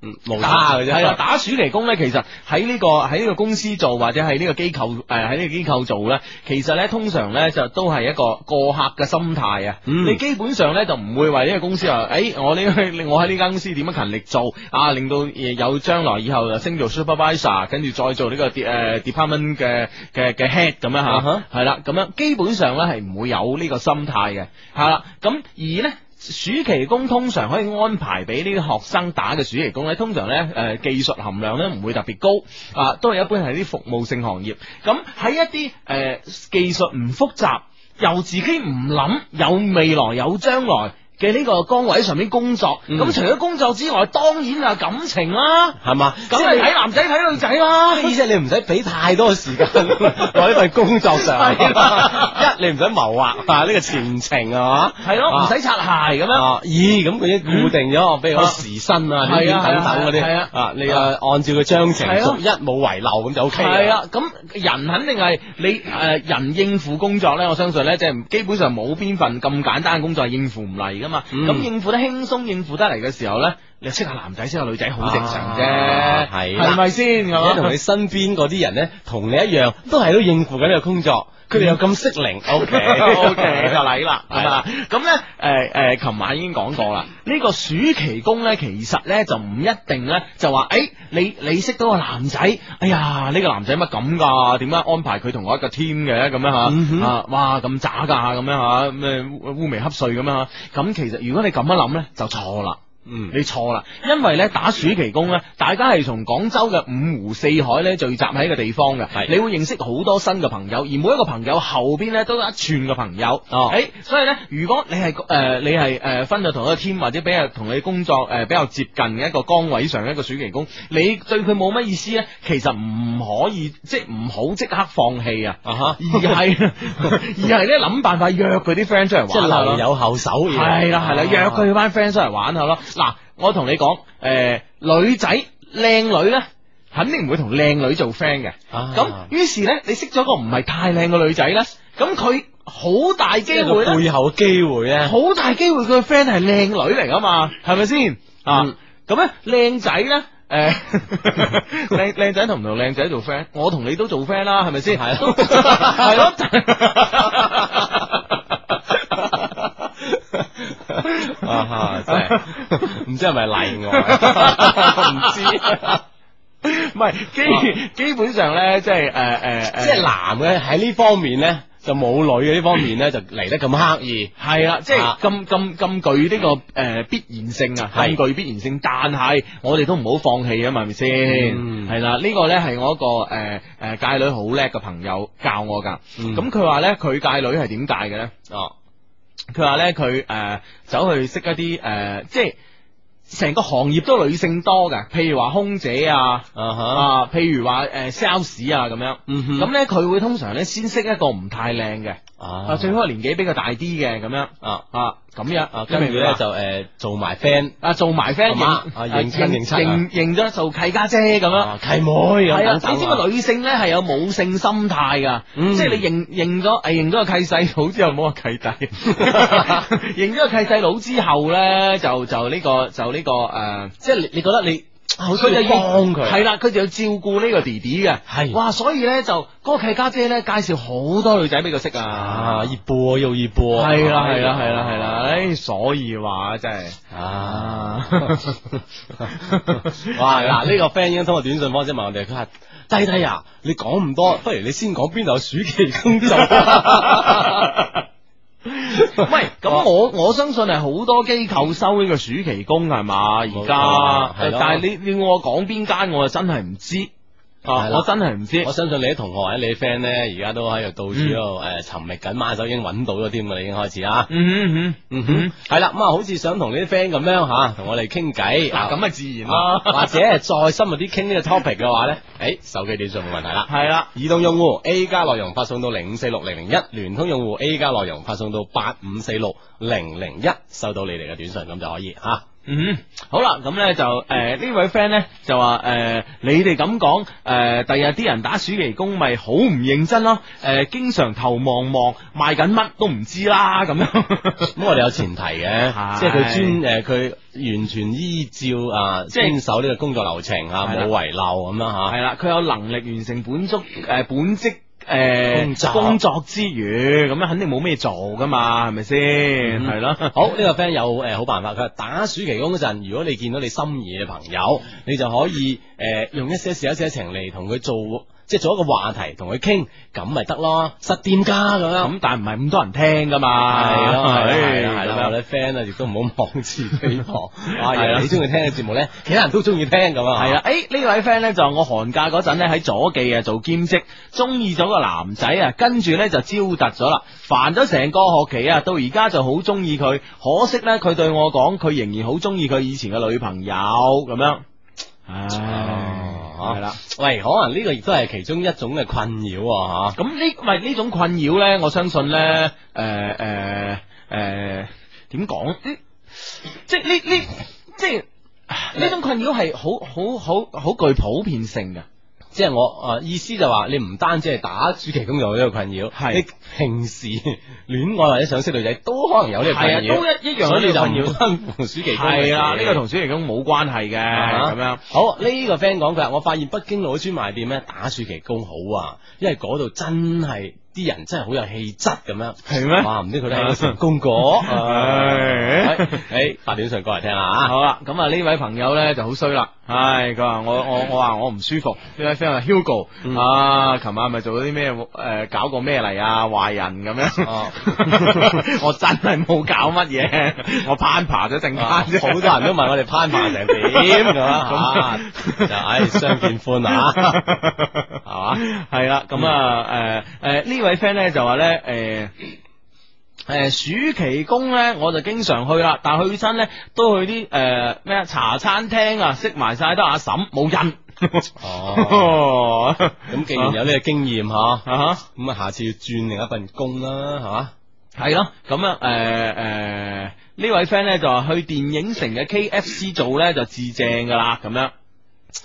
S3: 嗯，無
S4: 打
S3: 差嘅啫，
S4: 係啦，打暑期工咧，其實喺呢、個喺呢個公司做或者喺呢個機構誒喺呢個機構做咧，其實咧通常咧就都係一個過客嘅心態啊。
S3: 嗯
S4: 你基本上咧就唔會為呢個公司話，誒、我呢 我喺呢間公司點樣勤力做啊，令到誒有將來以後就升做 supervisor，跟住再做呢、個 de- 誒、department 嘅嘅嘅 head 咁樣
S3: 啊
S4: 嚇
S3: 哈，
S4: 係啦、咁樣基本上咧係唔會有呢個心態嘅，係啦，咁而咧。暑期工通常可以安排俾呢啲學生打嘅暑期工咧，通常咧誒、呃技術含量咧唔會特別高啊，都係一般係啲服務性行業。咁喺一啲誒、呃技術唔複雜，又自己唔諗有未來有將來嘅呢個崗位上面工作，咁、
S3: 嗯
S4: 除咗工作之外，當然啊感情啦，
S3: 係嘛？
S4: 梗係睇男仔睇女仔啦。
S3: 意思係你唔使俾太多 時間落呢份工作上，
S4: 係
S3: 一你唔使謀劃啊呢個前程啊，
S4: 係咯，唔使
S3: 拆。
S4: 擦鞋咁樣。
S3: 啊，咦，咁佢已經固定咗，比如講時薪啊，呢
S4: 係
S3: 啲
S4: 啊
S3: 等等嗰
S4: 係
S3: 啲
S4: 啊，
S3: 啊，你啊按照佢章程
S4: 係
S3: 逐
S4: 咯
S3: 一冇遺漏咁就 O K
S4: 係啊，咁人肯定係你誒、呃人應付工作咧，我相信咧，即係基本上冇邊份咁簡單嘅工作係應付唔嚟噶嘛。
S3: 嗯
S4: 咁、應付得輕鬆應付得嚟嘅時候咧，你識下男仔識下女仔好正常啫，
S3: 啊係啦
S4: 係咪先？係
S3: 而
S4: 嘛
S3: 且同你身邊嗰啲人咧，同你一樣，都係都應付緊呢個工作，佢哋又咁識 靈，O K
S4: O K 就嚟啦，
S3: 係
S4: 係嘛？咁咧，诶、诶，琴、晚已經講過啦，呢、個暑期工咧，其實咧就唔一定咧，就話诶、你你识到個男仔，哎呀，呢、個男仔乜咁㗎？點解安排佢同我一個 team 嘅咁樣吓？
S3: 嗯哼
S4: 啊，哇，咁渣㗎咁樣吓，咩烏烏眉瞌睡咁樣吓？咁其實如果你咁樣諗咧，就錯啦。
S3: 嗯
S4: 你錯啦，因為咧打暑期工咧，大家係從廣州嘅五湖四海咧聚集喺一個地方嘅，你會認識好多新嘅朋友，而每一個朋友後邊咧都有一串嘅朋友。
S3: 哦
S4: 誒所以咧，如果你係誒、呃你係誒、呃分咗同一個 team 或者比較同你工作誒、呃比較接近嘅一個崗位上嘅一個暑期工，你對佢冇乜意思咧，其實唔可以即係唔好即刻放棄啊，
S3: 啊哈，
S4: 而係 而係咧諗辦法約佢啲 friend 出嚟玩
S3: 即係
S4: 下咯
S3: 留有後手嘅，
S4: 係啦係啦，約佢班 friend 出嚟玩下咯。嗱，我同你講，诶、女仔靚女咧，肯定唔會同靚女做 friend 嘅。
S3: 啊
S4: 嗯咁、於是咧，你識咗個唔係太靚嘅女仔咧，咁佢好大
S3: 即
S4: 機
S3: 係個
S4: 會啊
S3: 背
S4: 咧，
S3: 後嘅機會咧，
S4: 好大機會佢嘅 friend 係靚女嚟噶嘛，係咪先
S3: 嗯
S4: 啊？咁咧，靚仔 咧。诶，靚靚仔同唔同靚仔做 friend？我同你都做 friend 啦，係咪先？係咯，係咯，
S3: 啊哈，真係唔知係咪 例外，唔知，
S4: 唔係基基本上咧，即係诶诶诶，
S3: 哦即係男嘅喺呢方面咧，就冇女嘅呢方面咧，就嚟得咁刻意。
S4: 系啦，即系
S3: 啊
S4: 咁咁咁具呢、個个诶、呃必然性啊，
S3: 係
S4: 咁具必然性，但係我哋都唔好放棄啊嘛，係咪先？
S3: 嗯
S4: 係啦、呢個呢係我一個诶诶界女好叻嘅朋友教我㗎。
S3: 嗯
S4: 咁佢話呢， 佢界女係點界嘅呢？
S3: 哦，
S4: 佢話呢，佢诶、呃走去識一啲诶、呃即係成個行業都女性多㗎，譬如話空姐啊。
S3: 啊哈，
S4: 啊，譬如話诶 sales 啊咁樣，
S3: 嗯哼
S4: 咁呢，佢會通常呢先識一個唔太靚嘅，啊，最好係年紀比較大啲嘅咁樣啊啊咁樣啊
S3: 跟住咧就
S4: 诶做埋 friend 啊做埋 friend
S3: 係嘛
S4: 認
S3: 啊認親認親啊
S4: 認認咗做啊契家姐咁樣
S3: 契妹咁
S4: 係
S3: 等
S4: 啊，
S3: 等
S4: 你知唔知
S3: 啊
S4: 女性咧係有母性心態㗎，即係你認認咗誒認咗個契細佬之後， 唔好話契弟，認咗個契細佬之後咧就就呢個就呢個誒，即係你你覺得你。
S3: 好需要幫佢
S4: 係啦，佢就要照顧呢個弟弟嘅，係哇，所以咧就嗰個契家姐咧介紹好多女仔俾佢識啊，熱播又熱播啊係啦係啦係啦係啦，誒，所以話真係 啊，
S3: 哇！嗱，呢個 friend 已經通過短信方式問我哋，佢話：低低啊，你講唔多，不如你先講邊度有暑期工作。
S4: 喂，咁我我相信係好多機構收呢個暑期工係 嘛，而家
S3: 係咯
S4: 但係你你要我講邊間，我就真係唔知啊，
S3: 係啦
S4: 我真係唔知。
S3: 我相信你啲同學或者你啲 friend 咧，而家都喺度到處喺度誒尋覓緊，晚手已經揾到咗添㗎啦，已經開始啊。
S4: 嗯
S3: 嗯哼，係啦，咁啊，好似想同你啲 friend 咁樣吓，同我哋傾偈，
S4: 嗱咁啊 自然
S3: 啦
S4: 啦，
S3: 或者係再深入啲傾呢個 topic 嘅話咧，誒手機短信冇問題啦，
S4: 係啦，
S3: 移動用戶 A 加內容發送到零五四六零零一，聯通用戶 A 加內容發送到八五四六零零一，收到你哋嘅短信咁就可以啊吓。
S4: 嗯，好啦，咁咧就诶呢、位 friend 咧就話诶、呃你哋咁講诶，第日啲人打暑期工咪好唔認真咯，诶、經常頭望望賣緊乜都唔知啦咁樣。咁
S3: 我哋有前提嘅，即係佢專誒佢完全依照啊
S4: 即係
S3: 遵守呢個工作流程啊，
S4: 係啦
S3: 冇遺漏咁啊樣吓。
S4: 係啦，佢有能力完成本足诶本職。诶、
S3: 工作
S4: 工作之餘，咁樣肯定冇咩做噶嘛，係咪先？係咯、
S3: 好呢、個 friend 有誒、呃好辦法，佢話打暑期工嗰陣，如果你見到你心儀嘅朋友，你就可以誒、呃用一些事一些情嚟同佢做。即係做一個話題同佢傾，咁咪得咯，實店家咁樣。咁
S4: 但係唔係咁多人聽噶嘛
S3: 係咯係咯係咯
S4: 唉
S3: 係
S4: 咁
S3: 咯，
S4: 樣
S3: 我哋 friend 啊，亦都唔好妄自菲薄。啊，
S4: 係
S3: 原來
S4: 啦
S3: 你中意聽嘅節目咧，其他人都中意聽咁啊。
S4: 系啦，诶呢位 friend 咧就話我寒假嗰陣咧喺左記啊做兼職，中意咗個男仔啊，跟住咧就招突咗啦，煩咗成個學期啊，到而家就好中意佢，可惜咧佢對我講佢仍然好中意佢以前嘅女朋友咁樣，
S3: 哦
S4: 唉，系啦。
S3: 喂，可能呢個亦都係其中一種嘅困擾啊，
S4: 咁呢，唔係呢種困擾咧，我相信咧，誒誒誒點講？嗯即係呢呢，即係呢種困擾係好好好好具普遍性嘅。
S3: 即係我呃誒意思就話，你唔單止係打暑期工有呢個困擾，你平時戀愛或者想識女仔都可能有呢個困擾，
S4: 係啊都一一樣
S3: 所以你
S4: 有
S3: 就
S4: 呢
S3: 唔
S4: 個
S3: 關乎暑期工嘅事。
S4: 係啊啦，呢個同暑期工冇關係嘅
S3: 啊
S4: 咁樣。
S3: 好呢、個 friend 講佢話，我發現北京路嘅專賣店咧打暑期工好啊，因為嗰度真係啲人真係好有氣質咁樣。
S4: 係咩
S3: 哇，唔知佢哋有冇成功過？
S4: 唉
S3: 誒，發短信過嚟聽 下啊！
S4: 好啦，咁啊呢位朋友咧就好衰啦，唉，佢話我我我話我唔舒服，呢位 friend 話 Hugo 啊，琴晚咪做咗啲咩誒搞過咩嚟啊壞人咁樣， 我真係冇搞乜嘢，我攀爬咗陣間啫，
S3: 好多人都問我哋攀爬成點咁啊，就唉相見歡啊，係嘛？
S4: 係啦，咁啊誒誒呢位 friend 咧就話咧誒。誒、暑期工咧，我就經常去啦，但係去親咧都去啲誒咩啊茶餐廳啊，識埋晒得阿嬸冇人。
S3: 哦，咁既然有呢個經驗吓，
S4: 啊
S3: 咁啊下次要轉另一份工啦，係嘛？
S4: 系咯，咁啊，诶、诶，呢、位 friend 咧就话去电影城嘅 K F C 做咧就至正噶啦，咁样。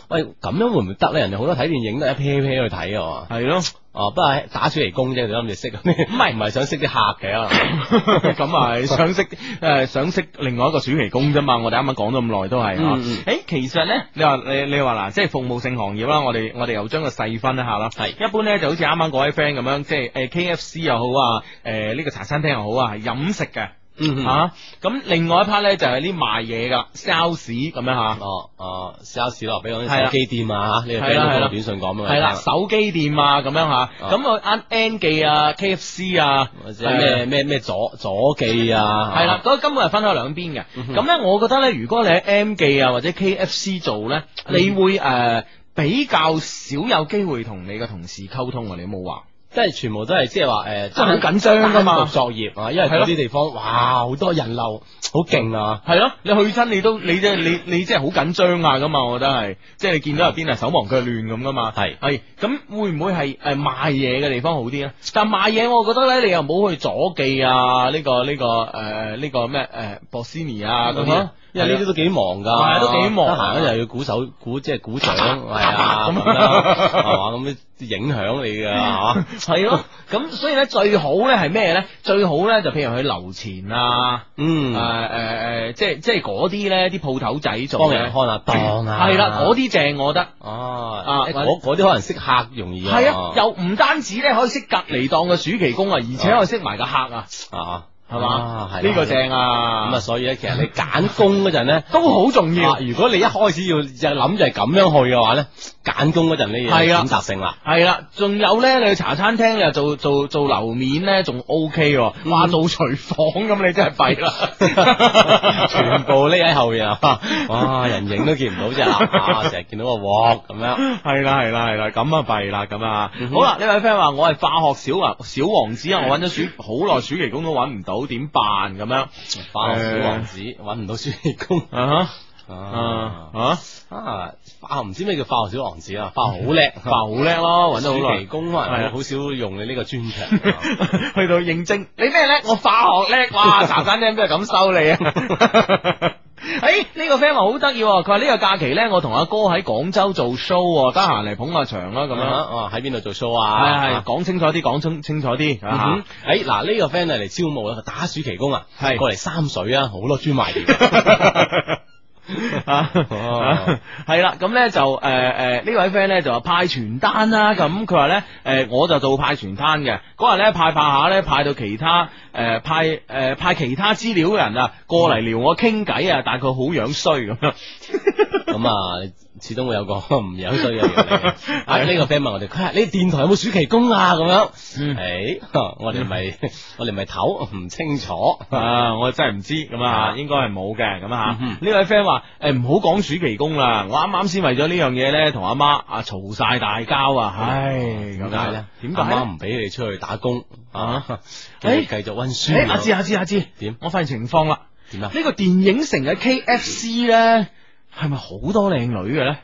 S3: 喂，咁樣會唔會得咧？人哋好多睇電影都係一 pair pair 去睇嘅
S4: 係咯。
S3: 哦，不過係打暑期工啫，你諗住識唔係唔係想識啲客嘅啊？
S4: 咁啊，想識诶、誒想識另外一個暑期工啫嘛。我哋啱啱講咗咁耐都係
S3: 嗯
S4: 啊。
S3: 嗯
S4: 誒其實咧，你話你你話嗱，即係服務性行業啦，我哋我哋又將佢細分一下啦。係一般咧就好似啱啱嗰位 friend 咁樣，即係诶 K F C 又好啊，诶、呢、個茶餐廳又好啊，係飲食嘅。
S3: 嗯嗯
S4: 啊，咁另外一 part 咧就係啲賣嘢噶 sales 咁樣吓，
S3: 哦哦 sales 落俾
S4: 係
S3: 我啲
S4: 啦
S3: 手機店啊嚇，你個
S4: 係
S3: friend
S4: 啦
S3: 都
S4: 係啦
S3: 同短信講俾我
S4: 系啦，
S3: 聽啊
S4: 手機店啊咁樣吓，
S3: 哦
S4: 咁我啱 N 記啊、KFC 啊，
S3: 或者咩咩咩左左記啊，嗯
S4: 係啦，嗰根本係分開兩邊嘅。
S3: 哼
S4: 咁咧，我覺得咧，如果你喺 M 記啊或者 KFC 做咧，
S3: 嗯
S4: 呃你會誒比較少有機會同你嘅同事溝通啊，你有冇話？
S3: 即係全部都係即係話誒，
S4: 即係好緊張㗎嘛
S3: 單獨作業啊，因為嗰啲地方哇好多人流，好勁啊！
S4: 系咯，你去親你都你即係你你即係好緊張啊咁啊！我覺得係，即係你見到入邊係手忙腳亂咁噶嘛。係係，咁會唔會係誒賣嘢嘅地方好啲咧？但賣嘢我覺得咧，你又唔好去左記啊，呢個呢個誒呢個咩誒博斯尼啊嗰
S3: 嗯
S4: 啲
S3: 哼，因為呢啲都幾忙㗎，
S4: 係啊都幾忙
S3: 得
S4: 啊
S3: 閒咧又要鼓手鼓即係鼓掌，係 啊，
S4: 咁
S3: 咁
S4: 啊
S3: 啊，係嘛，咁影響你 㗎，係嘛，
S4: 係咯，咁所以咧最好咧係咩咧？最好咧就譬如去樓前啊，
S3: 嗯，
S4: 誒誒誒，即係即係嗰啲咧啲鋪頭仔做
S3: 幫
S4: 嘅
S3: 人看下檔啊，
S4: 係啦，嗰啲正我覺得。
S3: 哦，
S4: 啊
S3: 嗰嗰啲可能識客容易
S4: 係啊，又唔單止咧可以識隔離檔嘅暑期工啊，而且可以識埋個客啊，
S3: 啊，
S4: 係嘛
S3: 啊係啦
S4: 呢個正啊
S3: 咁啊，所以咧，其實你揀工嗰陣咧，
S4: 都好重要
S3: 啊如果你一開始要就諗就係咁樣去嘅話咧，揀工嗰陣你要
S4: 係啊
S3: 選擇性啦。
S4: 係啦，仲有咧，你去茶餐廳你又做做做樓面咧，仲 O K 喎，哇，做廚房咁你真係弊啦，
S3: 全部匿喺後面啊！ 哇，人影都見唔到啫，啊，成日見到個鑊咁樣。
S4: 係啦係啦係啦，咁啊弊啦咁啊，好啦，呢位 friend 話我係化學小王小王子啊，我揾咗暑好耐暑期工都揾唔到，點辦咁樣？
S3: 化學小王子揾唔到暑期工
S4: 啊
S3: 啊
S4: 啊
S3: 啊！化學唔知咩叫化學小王子啊？化學 好叻，
S4: 化哦好叻咯，揾到好
S3: 哦暑
S4: 耐
S3: 期工可
S4: 係啊
S3: 能好少用你呢個專 長。
S4: 去到應徵，你咩叻？我化學叻，哇！茶餐廳邊度咁收你啊？诶，呢、個 friend 話好得意喎，佢話呢個假期咧，我同阿哥喺廣州做 show，喎得閒嚟捧下場啦，咁樣。
S3: 哦，喺邊度做 show
S4: 啊係
S3: 啊？
S4: 係，講清楚啲，講清清楚啲
S3: 嗯哼
S4: 啊！
S3: 诶，嗱呢個 friend 嚟招募啦，佢打暑期工啊，
S4: 係
S3: 過嚟三水啊，好多專 賣店。
S4: 啊，係啦，咁咧就诶诶呢位 friend 咧就話啊派傳單啦，咁佢話咧诶我就做派傳單嘅，嗰日咧派派下咧派到其他诶、呃派诶、呃派其他資料嘅人啊過嚟撩我傾偈啊，但係佢好樣衰咁樣。
S3: 咁啊，始終會有個唔有衰嘅人嚟嘅。啊，呢個 friend 問我哋，佢話你電台有冇暑期工啊？咁樣，
S4: 嗯
S3: 誒，我哋咪我哋咪唞，唔清楚。
S4: 啊！我真係唔知咁啊，應該係冇嘅咁
S3: 嗯
S4: 啊呢位 friend 話：誒唔好講暑期工啦，我啱啱先為咗呢樣嘢咧，同阿媽啊嘈晒大交啊！唉，
S3: 哦
S4: 咁
S3: 點解咧
S4: 啊？點
S3: 阿
S4: 解
S3: 媽
S4: 咧？
S3: 唔俾你出去打工啊？繼
S4: 誒
S3: 續繼續温書。
S4: 誒，阿志啊阿志阿志，
S3: 啊點
S4: 我發現情況啦，
S3: 點啊？
S4: 呢個電影城嘅 KFC 咧，係咪好多靚女嘅咧？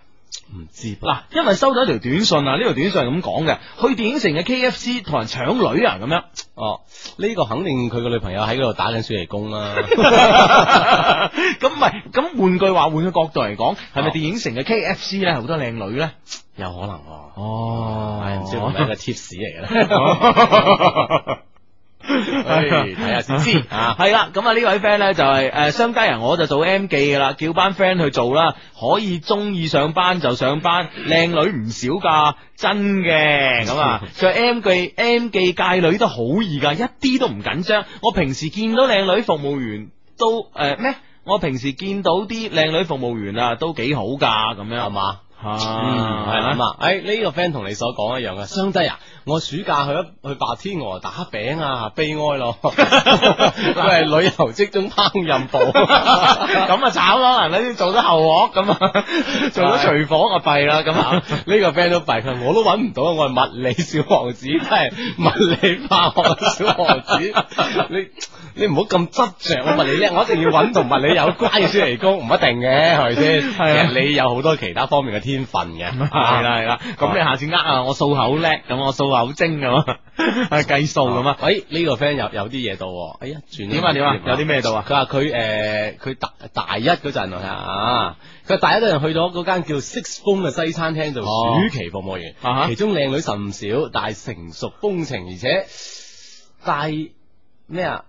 S3: 唔知
S4: 嗱，因為收到一條短信啊，呢條短信係咁講嘅，去電影城嘅 KFC 同人搶女啊，咁樣。
S3: 哦，呢個肯定佢個女朋友喺嗰度打緊暑期工啊啦。
S4: 咁唔係，咁換句話，換個角度嚟講，係咪電影城嘅 KFC 咧好多靚女咧？
S3: 有可能喎，
S4: 哦
S3: 唉唔知會哎唔會係一個 tips 嚟嘅咧？ 唉睇下
S4: 睇
S3: 先知啊
S4: 系啦，咁啊呢位 friend 咧就係诶商家人，我就做 M 記噶啦，叫班 friend 去做啦，可以中意上班就上班，靚女唔少噶，真嘅 咁啊，做 M 記 M 記界女都好易噶，一啲都唔緊張，我平時見到靚女服務員都诶咩、我平時見到啲靚女服務員啊，都幾好噶，咁樣係嘛？啊，
S3: 嗯，系咁啊！诶，呢個 friend 同你所講一樣嘅，相低啊！我暑假去一去白天鵝打餅啊，悲哀咯！佢係旅遊職中烹飪部，
S4: 咁啊慘咯，嗱你做咗後鑊咁啊，做咗廚房啊弊啦咁啊，
S3: 呢個 friend 都弊，佢話我都揾唔到，我係物理小王子，真係物理化學小王子。你你唔好咁執着，啊 我物理叻，我一定要揾同物理有關嘅先嚟工，唔一定嘅，係咪先？其
S4: 係啊
S3: 實你有好多其他方面嘅天分嘅，
S4: 係啦係啦，咁你下次呃啊，我數口叻，咁我數口精咁啊，係 計數咁啊，
S3: 诶，哎呢個 friend 有有啲嘢到喎，哎呀，轉咗
S4: 點啊點啊
S3: 頁
S4: 有啲咩到啊
S3: 佢話佢诶，佢大大一嗰陣我睇下啊，佢話大一嗰陣去咗嗰間叫 Six 風嘅西餐廳做
S4: 哦
S3: 暑期服務員
S4: 啊哈，
S3: 其中靚女甚少，但係成熟風情，而且但係咩啊？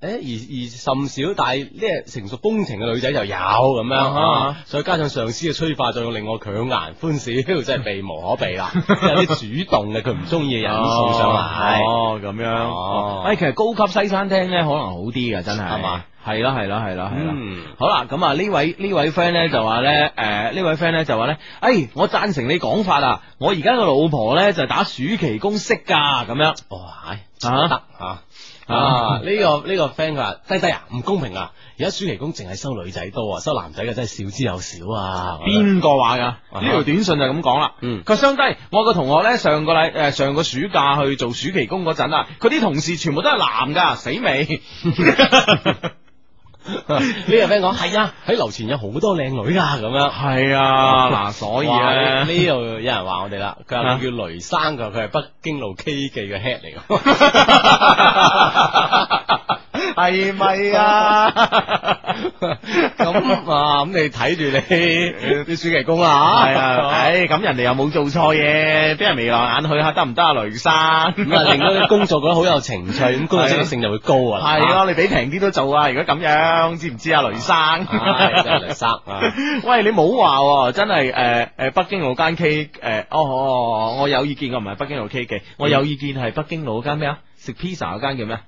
S3: 诶，而而甚少，但係呢成熟風情嘅女仔就有咁樣
S4: 啊哈
S3: 啊，再加上上司嘅催化作用，令我強顏歡笑，真係避無可避 啦！有啲主動嘅，佢唔中意嘅人送上嚟。
S4: 哦，咁樣，
S3: 哦
S4: 哦，哎，其實高級西餐廳咧可能好啲嘅，真係，
S3: 係嘛？
S4: 系啦系啦系啦系啦，
S3: 嗯
S4: 好啦，咁啊呢位呢位 friend 咧就话咧，诶呢位 friend 咧就话咧，诶我赞成你讲法啊，我而家個老婆咧就打暑期工識噶，咁樣，啊哇，
S3: 得吓哎啊！呢個呢個 friend 佢話低低啊，唔公平啊！而家暑期工淨係收女仔多啊，收男仔嘅真係少之又少啊！
S4: 邊個話噶？呢條短信就咁講啦。嗯，佢相低，我個同學咧上個禮诶上個暑假去做暑期工嗰陣啊，佢啲同事全部都係男噶，死未？
S3: 呢個 friend 講係啊，喺樓前有好多靚女噶咁樣。
S4: 係啊嗱所以咧
S3: 哇呢呢度有人話我哋啦，佢話
S4: 啊
S3: 佢叫雷生，佢話佢係北京路 K 記嘅 head 嚟 㗎。
S4: 係咪 啊？
S3: 咁啊，咁你睇住 你啲暑期工啦
S4: 係啊，唉，咁人哋又冇做錯嘢，俾人眉來眼去下得唔得啊，雷生？咁
S3: 咁啊，令到 你工作覺得好有情趣，咁工作積極性就會高啊。
S4: 系咯，你俾平啲都做啊！如果咁樣，知唔知啊，雷生？
S3: 唉真係雷生 啊！
S4: 喂，你冇話喎，真係诶诶，誒北京路間 K 诶，哦哦，我有意見，我唔係北京路 K 記，我有意見係北京路嗰間咩啊？食 pizza 嗰間叫咩啊？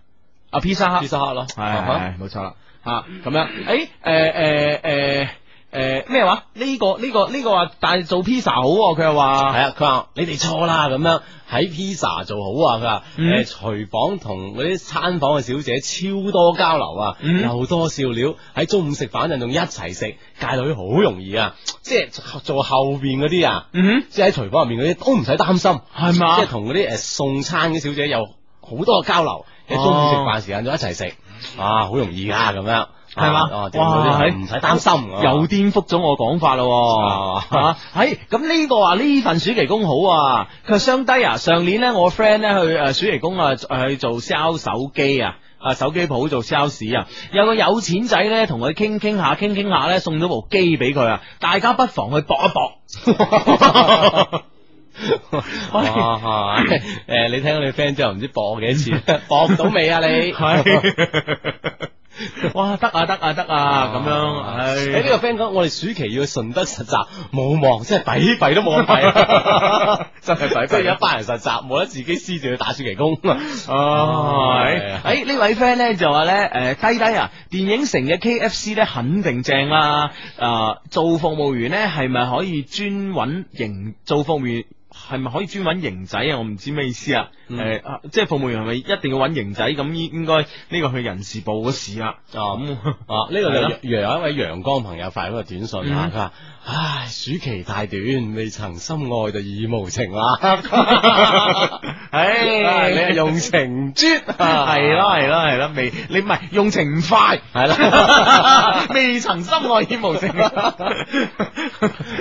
S4: 啊披薩克，披薩克咯，系
S3: 啊哈
S4: 冇錯啦，吓咁樣，诶诶诶诶。诶咩話？呢、個呢、個呢、個話，但係做 pizza 好喎、佢又話
S3: 係啊，佢話你哋錯啦咁樣，喺 pizza 做好啊，佢話
S4: 嗯
S3: 誒廚房同嗰啲餐房嘅小姐超多交流啊，
S4: 嗯
S3: 又多笑料，喺中午食飯陣仲一齊食，戒女好容易啊，即係做後邊嗰啲啊，
S4: 嗯
S3: 即係喺廚房入面嗰啲都唔使擔心，
S4: 係嘛
S3: 即係同嗰啲誒送餐嘅小姐有好多嘅交流，喺中午食
S4: 哦
S3: 飯時間就一齊食，啊好容易啊咁樣。
S4: 系嘛
S3: 啊？
S4: 哇，
S3: 唔使擔心，
S4: 又顛覆咗我講法咯喎，
S3: 啊
S4: 嚇喺咁呢個話呢份暑期工好啊，佢話相低啊，上年咧我 friend 咧去誒暑期工啊去做 sell 手機啊。啊！手機鋪做 sales 啊，有個有錢仔咧，同佢傾傾下，傾傾下咧，送咗部機俾佢啊！大家不妨去搏一搏。
S3: 哇！诶，你聽到你 friend 之後唔知播幾多 次，播到未啊你？
S4: 係 哇！得啊，得啊，得啊！咁樣，唉，
S3: 诶，哎呢個 friend 講我哋暑期要去順德實習，冇望，真係弊弊都冇咁弊， 真係 弊。即係有一班人實習，冇得自己私自去打暑 期工。啊
S4: 哦，
S3: 係啊
S4: 诶呢位 friend 咧就話咧，诶、低低啊，電影城嘅 K F C 咧肯定正啦。诶、做服務員咧係咪可以專揾型做服務員係咪可以專揾型仔啊？我唔知咩意思啊。
S3: 嗯
S4: 诶、啊即係服務員係咪一定要揾型仔？咁應應該呢個去人事部嗰事啦。
S3: 哦
S4: 咁
S3: 啊！呢度就又有一位陽光朋友發咗個短信啊，
S4: 嗯
S3: 佢話：唉，暑期太短，未曾深愛就已無情啦。
S4: 唉
S3: 你係用情唔專，
S4: 係咯係咯係咯，未你唔係用情唔快，
S3: 係啦，
S4: 未曾深愛已 無情。
S3: 啊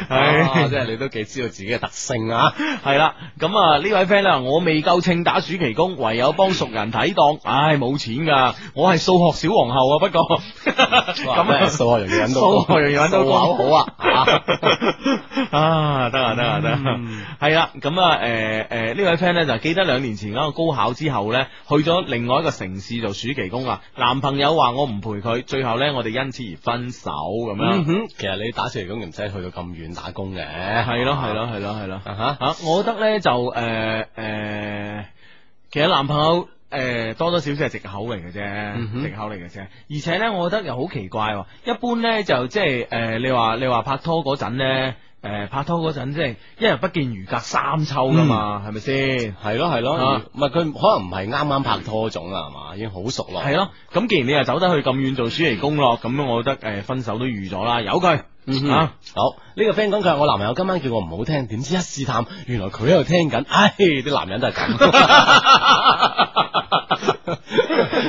S4: 唉
S3: 即係你都幾知道自己嘅特性 啊！
S4: 系啦，咁啊呢位 friend 啦，我未夠稱打暑期工，唯有幫熟人睇檔，唉冇錢噶，我係數學小皇后啊，不 過咁
S3: 咁
S4: 啊
S3: 啊，數學容易揾 到工，
S4: 數學容易揾到
S3: 數口好啊！啊
S4: 啊，得啊得啊得啊，
S3: 嗯
S4: 係啦，咁啊诶诶呢位 friend 咧就記得兩年前嗰個高考之後咧，去咗另外一個城市做暑期工啊，男朋友話我唔陪佢，最後咧我哋因此而分手咁
S3: 嗯
S4: 樣。
S3: 哼，其實你打暑期工唔使去到咁遠打工嘅，
S4: 係咯係咯係咯係咯。
S3: 啊
S4: 啊，我覺得咧就诶诶、呃其實男朋友诶、呃多多少少係藉口嚟嘅啫，藉、
S3: 嗯哼
S4: 口嚟嘅啫。而且咧，我覺得又好奇怪、喎。一般咧就即係诶，你話你話拍拖嗰陣咧。诶、拍拖嗰陣即係一日不見如隔三秋噶嘛，
S3: 嗯
S4: 係咪先？
S3: 吓，係咯係咯
S4: 啊，
S3: 唔係佢可能唔係啱啱拍拖嗰種啦，係嘛，已經好熟咯。
S4: 係咯，咁既然你又走得去咁遠做暑期工咯，咁我覺得诶、呃分手都預咗啦，由佢。
S3: 嗯哼
S4: 啊
S3: 好呢、個 friend 講佢話我男朋友今晚叫我唔好聽，點知一試探，原來佢喺度聽緊，唉，啲男人都係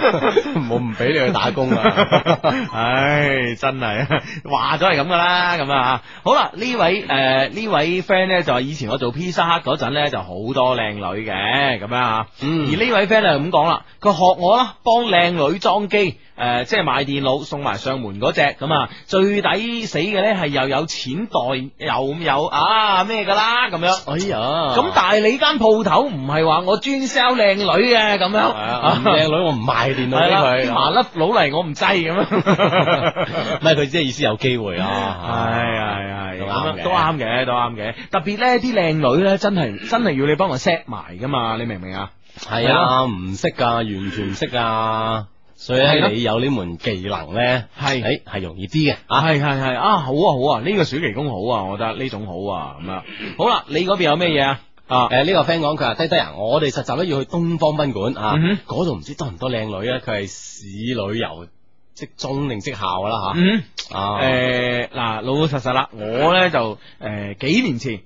S3: 咁，我唔俾你去打工
S4: à.
S3: 啊！
S4: 唉，真系话咗系咁噶啦，咁啊，好啦，呢位诶呢、位 friend 咧就話以前我做 P 沙克嗰陣咧就好多靚女嘅咁樣啊，
S3: 嗯
S4: 而呢位 friend 就咁講啦，佢學我啦，幫靚女裝機，誒、即係賣電腦送埋上門嗰只咁啊，最抵死嘅咧係又有錢袋又有啊咩噶啦咁樣。
S3: 哎呀，
S4: 咁但係你間鋪頭唔係話我專 sell 靚女嘅咁樣，
S3: 啊唔靚女我唔賣電
S4: 系
S3: 腦
S4: 啦，
S3: 俾
S4: 啲
S3: 佢，
S4: 麻
S3: 啊
S4: 甩佬嚟我唔制咁樣。哎
S3: 唔係佢即係意思有機會
S4: 系系系，
S3: 啊，哎都啱嘅
S4: 哎咁都啱嘅，都啱嘅。特別咧，啲靚女咧，真係真係要你幫我 set 埋噶嘛，你明唔明啊？
S3: 係啊，唔識噶，完全唔識啊！所以
S4: 係
S3: 咧
S4: 咯
S3: 你有呢門技能咧，
S4: 係
S3: 诶系容易啲嘅。
S4: 啊，系系系啊，好啊好啊，呢、個暑期工好啊，我覺得呢種好啊，咁啊，好啦，你嗰邊有咩嘢啊？啊，
S3: 诶呃呢個 friend 講佢話低低啊，我哋實習咧要去東方賓館啊
S4: 嗯，
S3: 嗰度唔知多唔多靚女咧，佢係市旅遊即中定即校㗎啦吓。
S4: 嗯，
S3: 啊
S4: 诶嗱，老老實實啦，我咧就诶幾年 前。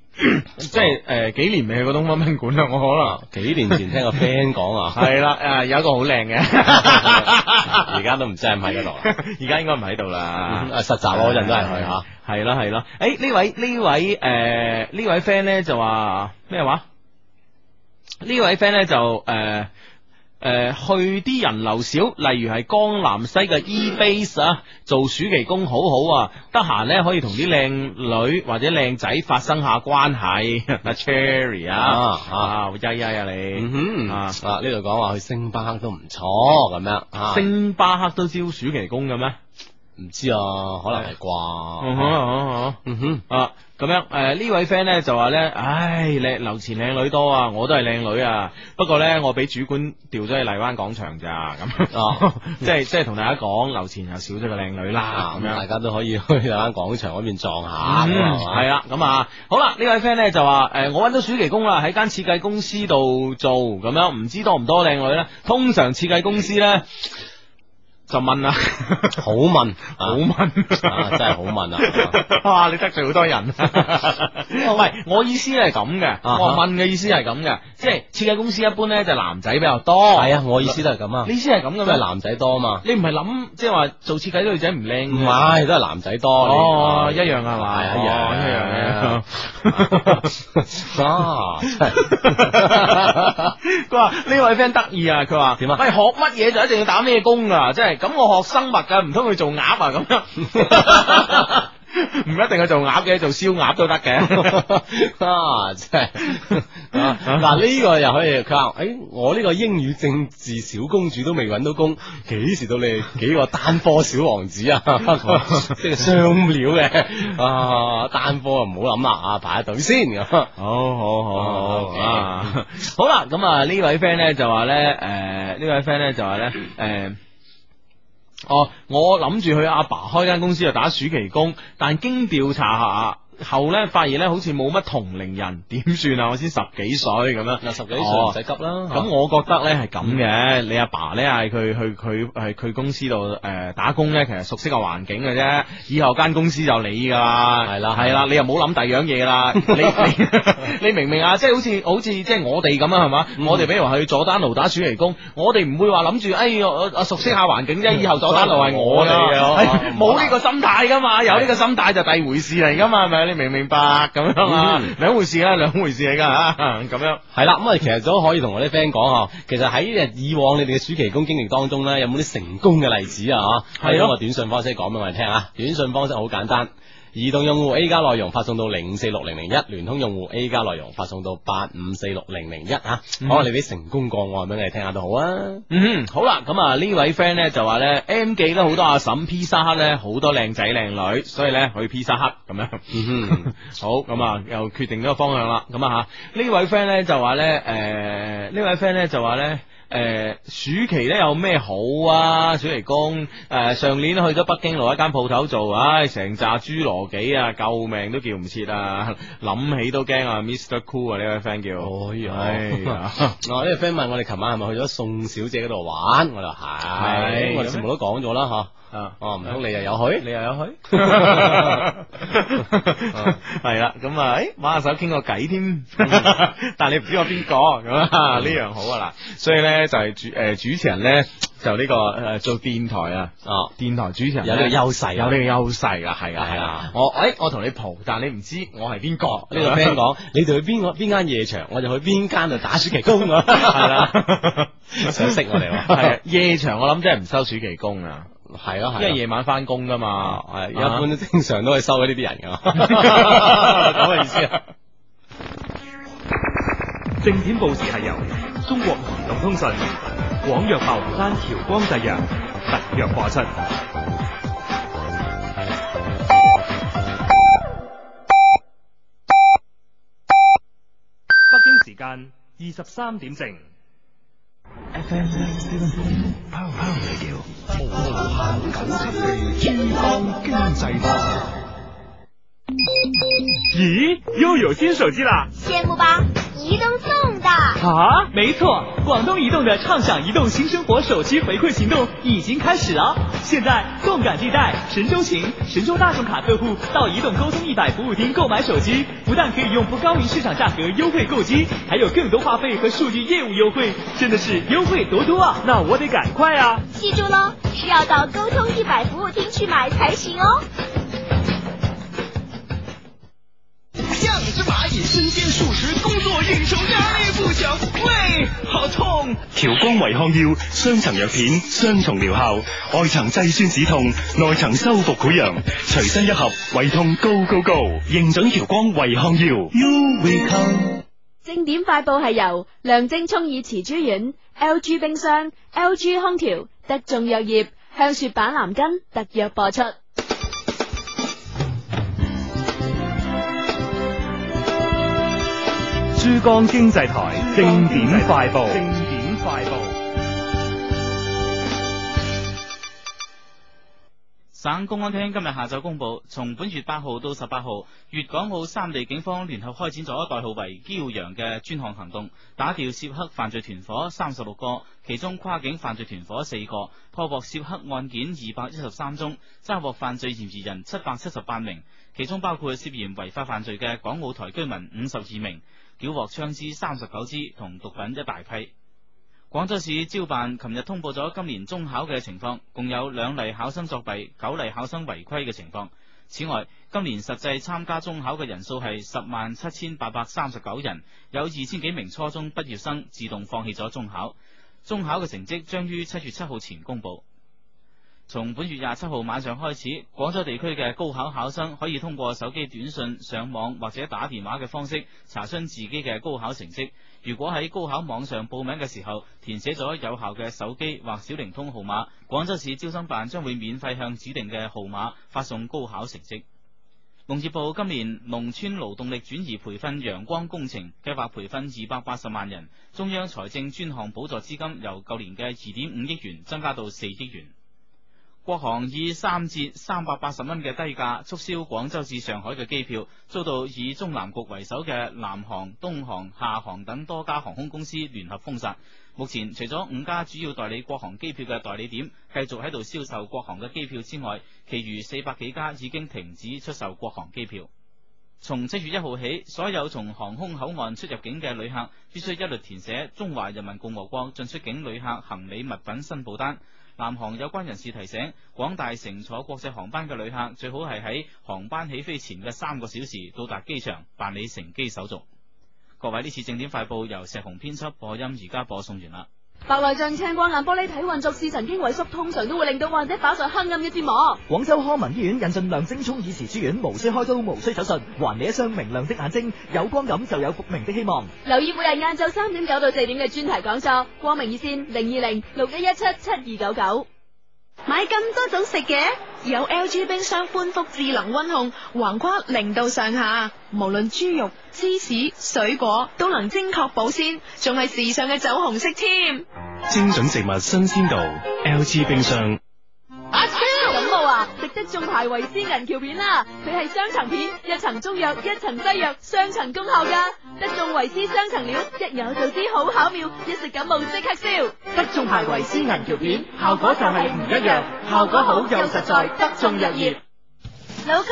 S4: 即係诶幾年未去過東方賓館啦，我可能
S3: 幾年前聽個 friend 講啊
S4: 係啦，诶有一個好靚嘅，
S3: 而家都唔知係咪喺度啦。
S4: 而家應該唔喺度啦
S3: 嗯。啊實習嗰陣都係啊去嚇。
S4: 係啦係啦，诶呢位呢位诶呢位 friend 咧就話咩話？呢位 friend 咧就诶。呃诶、去啲人流少，例如係江南西嘅 E base 啊，做暑期工好好啊，得閒咧可以同啲靚女或者靚仔發生下關係。 阿 Cherry 啊，
S3: 啊
S4: 啊，曳曳啊你，
S3: 嗯哼，
S4: 啊
S3: 啊呢度講話去星巴克都唔錯咁樣啊，
S4: 星巴克都招暑期工嘅咩？
S3: 唔知啊，可能係
S4: 嗯
S3: 啩。
S4: 哼
S3: 嗯哼，
S4: 啊，咁样诶、呃呢位 friend 咧就話咧，唉，靚樓前靚女多啊，我都係靚女啊，不過咧我俾主管調咗去荔灣廣場咋， 咁
S3: 哦，
S4: 即係即係同大家講，樓前又少咗個靚女啦，
S3: 啊
S4: 咁
S3: 咁
S4: 樣
S3: 大。家都可以去喺廣場嗰邊撞下，咁
S4: 嗯
S3: 啊係嘛
S4: 係啦，咁啊，好啦，呢位 friend 咧就話，诶、我揾到暑期工啦，喺間設計公司度做，咁樣唔知多唔多靚女咧？通常設計公司咧就問啦，
S3: 好問，
S4: 好問，
S3: 啊真係好 問啊！
S4: 哇！你得罪好多人，唔啊 係我意思係咁嘅，
S3: 啊哈
S4: 我問嘅意思係咁嘅，即係設計公司一般咧就男仔比較多。
S3: 係啊，我意思都係咁啊
S4: 你，意思係咁嘅
S3: 因為
S4: 咩？
S3: 男仔多嘛，
S4: 你唔係諗即係話做設計啲女仔唔靚
S3: 唔
S4: 嘅？
S3: 係都係男仔多。你
S4: 啊哦，一樣係嘛？
S3: 係一
S4: 哦一樣
S3: 樣
S4: 嘅。
S3: 啊，真係
S4: 佢話呢位 friend 得意啊，佢話
S3: 點啊
S4: 喂，學乜嘢就一定要打咩工啊？即係咁，我學生物噶，唔通去做鴨啊咁樣？唔一定去做鴨嘅，做燒鴨都得嘅。
S3: 啊，真係啊嗱呢個又可以佢話，诶，我呢個英語政治小公主都未揾到工，幾時到你哋幾個單科小王子 啊？即係雙料嘅 啊，單科啊唔好諗啦，啊排下隊先咁。
S4: 好好好好
S3: 哦
S4: 啊！好啦，咁啊呢位 friend 咧就話咧，诶、呢位 friend 咧就話咧，诶、哦，我諗住去阿爸開間公司就打暑期工，但經調查下後咧，發現咧好似冇乜同齡人，點算啊？我先十幾歲咁樣，
S3: 嗱，十幾歲
S4: 哦
S3: 唔使急啦。
S4: 咁我覺得咧係咁嘅，你阿爸咧嗌佢去佢係佢公司度誒、呃打工咧，其實熟悉個環境嘅啫。 以後間公 司就你噶啦，
S3: 係啦
S4: 係啦，你又冇諗第二樣嘢啦。你你你明唔明啊？即係好似好似即係我哋咁啊，係嘛？
S3: 嗯
S4: 我哋比如話去佐丹奴打暑期工，我哋唔會話諗住誒我我熟悉下環境啫，以後佐丹奴係啊我㗎
S3: 所以哦我哋嘅啊
S4: 係 冇呢個心態噶嘛，有呢個心態就第二回事嚟噶
S3: 嗯
S4: 嘛，係咪？你明唔明白咁樣啊？兩回事啊，兩回事嚟㗎嚇，咁樣。
S3: 嗯
S4: 嗯
S3: 係啦，咁啊，其實都可以同我啲 friend 講嚇。其實喺呃以往你哋嘅暑期工經歷當中咧，有冇啲成功嘅例子啊？嚇，
S4: 係咯
S3: 通過短信方式講俾我哋聽啊。短信方式好簡單，移動用戶 A 加內容發送到零五四六零零一，聯通用戶 A 加內容發送到八五四六零零一啊。可
S4: 嗯
S3: 能你啲成功個案俾我哋聽下都好啊。
S4: 嗯，好啦，咁啊呢位 friend 咧就話咧 M 記咧好多阿嬸披薩克咧好多靚仔靚女，所以咧去披薩克咁樣。
S3: 嗯哼，
S4: 好，咁啊又決定咗個方向啦。咁啊吓，呢位 friend 咧就話咧，诶、呢位 friend 咧就話咧。誒、暑期咧有咩好啊？暑期工誒、上年去咗北京路一間鋪頭做，唉、成扎侏羅紀啊，救命都叫唔切啊！ 諗起都驚啊，Mr. Cool 啊，呢位 friend 叫，
S3: 哎
S4: 呀
S3: 呀我哦呢個 friend 問我哋琴晚係咪去咗宋小姐嗰度玩？我哋話係，
S4: 係
S3: 我哋節目都講咗啦嚇。
S4: 啊
S3: 哦，唔通你又有去？ 你又有 去？
S4: 系啦，咁啊，诶，挽下手傾個偈
S3: 嗯
S4: 添， 但系你唔知我邊個咁啊，呢樣好啊嗱，所以咧就係主诶主持人咧就呢個诶做電台啊，
S3: 哦。
S4: 電台主持人
S3: 有呢個
S4: 呢
S3: 優勢啊
S4: 有呢個優勢啦，係啊係
S3: 係
S4: 啊
S3: 啊，
S4: 我诶我同你蒲，但系你唔知我係邊個
S3: 呢個 friend 講，你哋去邊個邊間夜場，我就去邊間度打暑期工咁。
S4: 係啦，
S3: 想識我哋喎
S4: 係啊夜場我諗真係唔收暑期工啊，
S3: 係咯
S4: 因
S3: 係
S4: 為
S3: 咯。
S4: 夜晚翻工噶嘛，
S3: 係哦一
S4: 啊
S3: 般都正常都係收咗呢啲人㗎，
S4: 咁嘅意 思啊。
S10: 正點報時係由中國移動通信、廣藥白雲山調光製藥特約播出。北京時間二十三點正。
S13: 咦，又有新手机啦！
S2: 羡慕吧？移动送的。
S14: 啊，没错，广东移动的“畅享移动新生活”手机回馈行动已经开始了。现在动感地带、神州行、神州大众卡客户到移动沟通一百服务厅购买手机，不但可以用不高于市场价格优惠购机，还有更多话费和数据业务优惠，真的是优惠多多啊！那我得赶快啊！
S2: 记住喽，是要到沟通一百服务厅去买才行哦。
S15: 像只蚂蚁，身兼数职，工作应酬压力不小，胃好痛。
S3: 调光胃康药，雙層藥片，雙重療效，外層制酸止痛，內層修復潰瘍，隨身一盒，胃痛高高高，認準調光胃康藥。You will come。
S16: 正点快报系由梁正聪以慈珠丸、LG 冰箱、LG 空调、德众药业、香雪板蓝根特约播出。
S13: 珠江經濟台正點快報。
S17: 正点快报。
S4: 省公安廳今日下晝公布，從本月八號到十八號，粵港澳三地警方聯合開展咗代號為「驕陽」嘅專項行動，打掉涉黑犯罪團伙三十六個，其中跨境犯罪團伙四個，破獲涉黑案件二百一十三宗，抓獲犯罪嫌疑人七百七十八名，其中包括涉嫌違法犯罪嘅港澳台居民五十二名，繳獲槍支三十九支同毒品一大批。廣州市招辦琴日通報咗今年中考嘅情況，共有兩例考生作弊、九例考生違規嘅情況。此外，今年實際參加中考嘅人數係十萬七千八百三十九人，有二千幾名初中畢業生自動放棄咗中考。中考嘅成績將於七月七號前公佈。從本月廿七號晚上開始，廣州地區嘅高考考生可以通過手機短信、上網或者打電話嘅方式查詢自己嘅高考成績。如果喺高考網上報名嘅時候填寫咗有效嘅手機或小靈通號碼，廣州市招生辦將會免費向指定嘅號碼發送高考成績。農業部今年農村勞動力轉移培訓陽光工程計劃培訓二百八十萬人，中央財政專項補助資金由舊年嘅二點五億元增加到四億元。國航以三折三百八十蚊嘅低價促銷廣州至上海嘅機票，遭到以中南局為首嘅南航、東航、廈航等多家航空公司聯合封殺。目前除咗五家主要代理國航機票嘅代理點繼續喺度銷售國航嘅機票之外，其餘四百幾家已經停止出售國航機票。從七月一號起，所有從航空口岸出入境嘅旅客必須一律填寫中華人民共和國進出境旅客行李物品申報單。南航有關人士提醒，廣大乘坐國際航班嘅旅客最好係喺航班起飛前嘅三個小時到達機場辦理乘機手續。各位，呢次正點快報由石紅編輯播音，而家播送完啦。
S16: 白內障、青光眼、玻璃體混濁、視神經萎縮，通常都會令到患者飽受黑暗嘅折磨。
S1: 廣州康民醫院引進亮晶聰耳匙珠丸，無需開刀，無需手術，還你一雙明亮的眼睛，有光感就有復明的希望。
S16: 留意每日晏晝三點九到四點嘅專題講座，光明熱線零二零六一一七七二九九。
S18: 買咁多種食嘅，有 LG 冰箱寬幅智能溫控，橫跨零度上下，無論豬肉、芝士、水果都能精確保鮮，仲係時尚嘅酒紅色添。
S3: 精準食物新鮮度，LG 冰箱。
S16: 阿超感冒啊，食得眾牌維 C 銀翹片啦，佢係雙層片，一層中藥，一層西藥，雙層功效噶。得眾維 C 雙層料，一有就知好巧妙，一食感冒即刻消。
S19: 得眾牌維 C 銀翹片，效果就係唔一樣，效果好又實在，得眾藥業。
S20: 老公，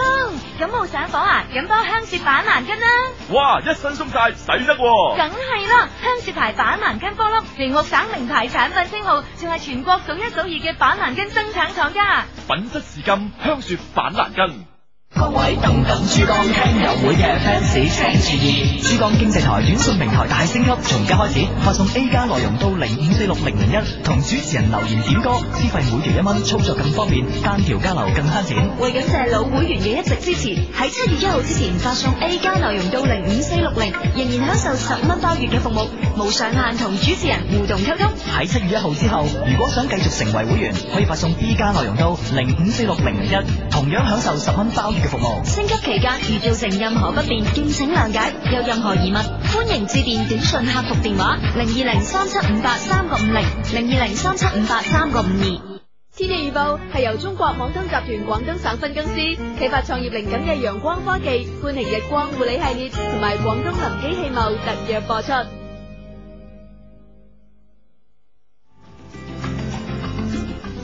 S20: 感冒上火啊，飲包香雪板藍根啦。
S21: 哇，一身鬆晒，使得喎。
S20: 梗係啦，香雪牌板藍根科粒，榮獲省名牌產品稱號，仲係全國數一數二嘅板藍根生產廠家。
S21: 品質是金，香雪板藍根。
S1: 各位動感珠江聽友會嘅 fans 請注意，珠江經濟台短信平台大升級，從家開始發送 A 加內容到零五四六零零一，同主持人留言點歌，資費每條一蚊，操作更方便，單條交流更慳錢。
S20: 為感謝老會員嘅一直支持，喺七月一號之前發送 A 加內容到零五四六零，仍然享受十蚊包月嘅服務，無上限同主持人互動溝通。
S1: 喺七月一號之後，如果想繼續成為會員，可以發送 B 加內容到零五四六零零一，同樣享受十蚊包月
S22: 嘅服務。
S23: 升級期間如造成任何不便，敬請諒解。有任何疑問，歡迎致電短信客服電話零二零三七五八三個五零零二零三七五八三個五二。
S24: 天氣預報係由中國廣東集團廣東省分公司啟發創業靈感嘅陽光科技、歡迎日光護理系列同埋廣東林基汽貿特約播出。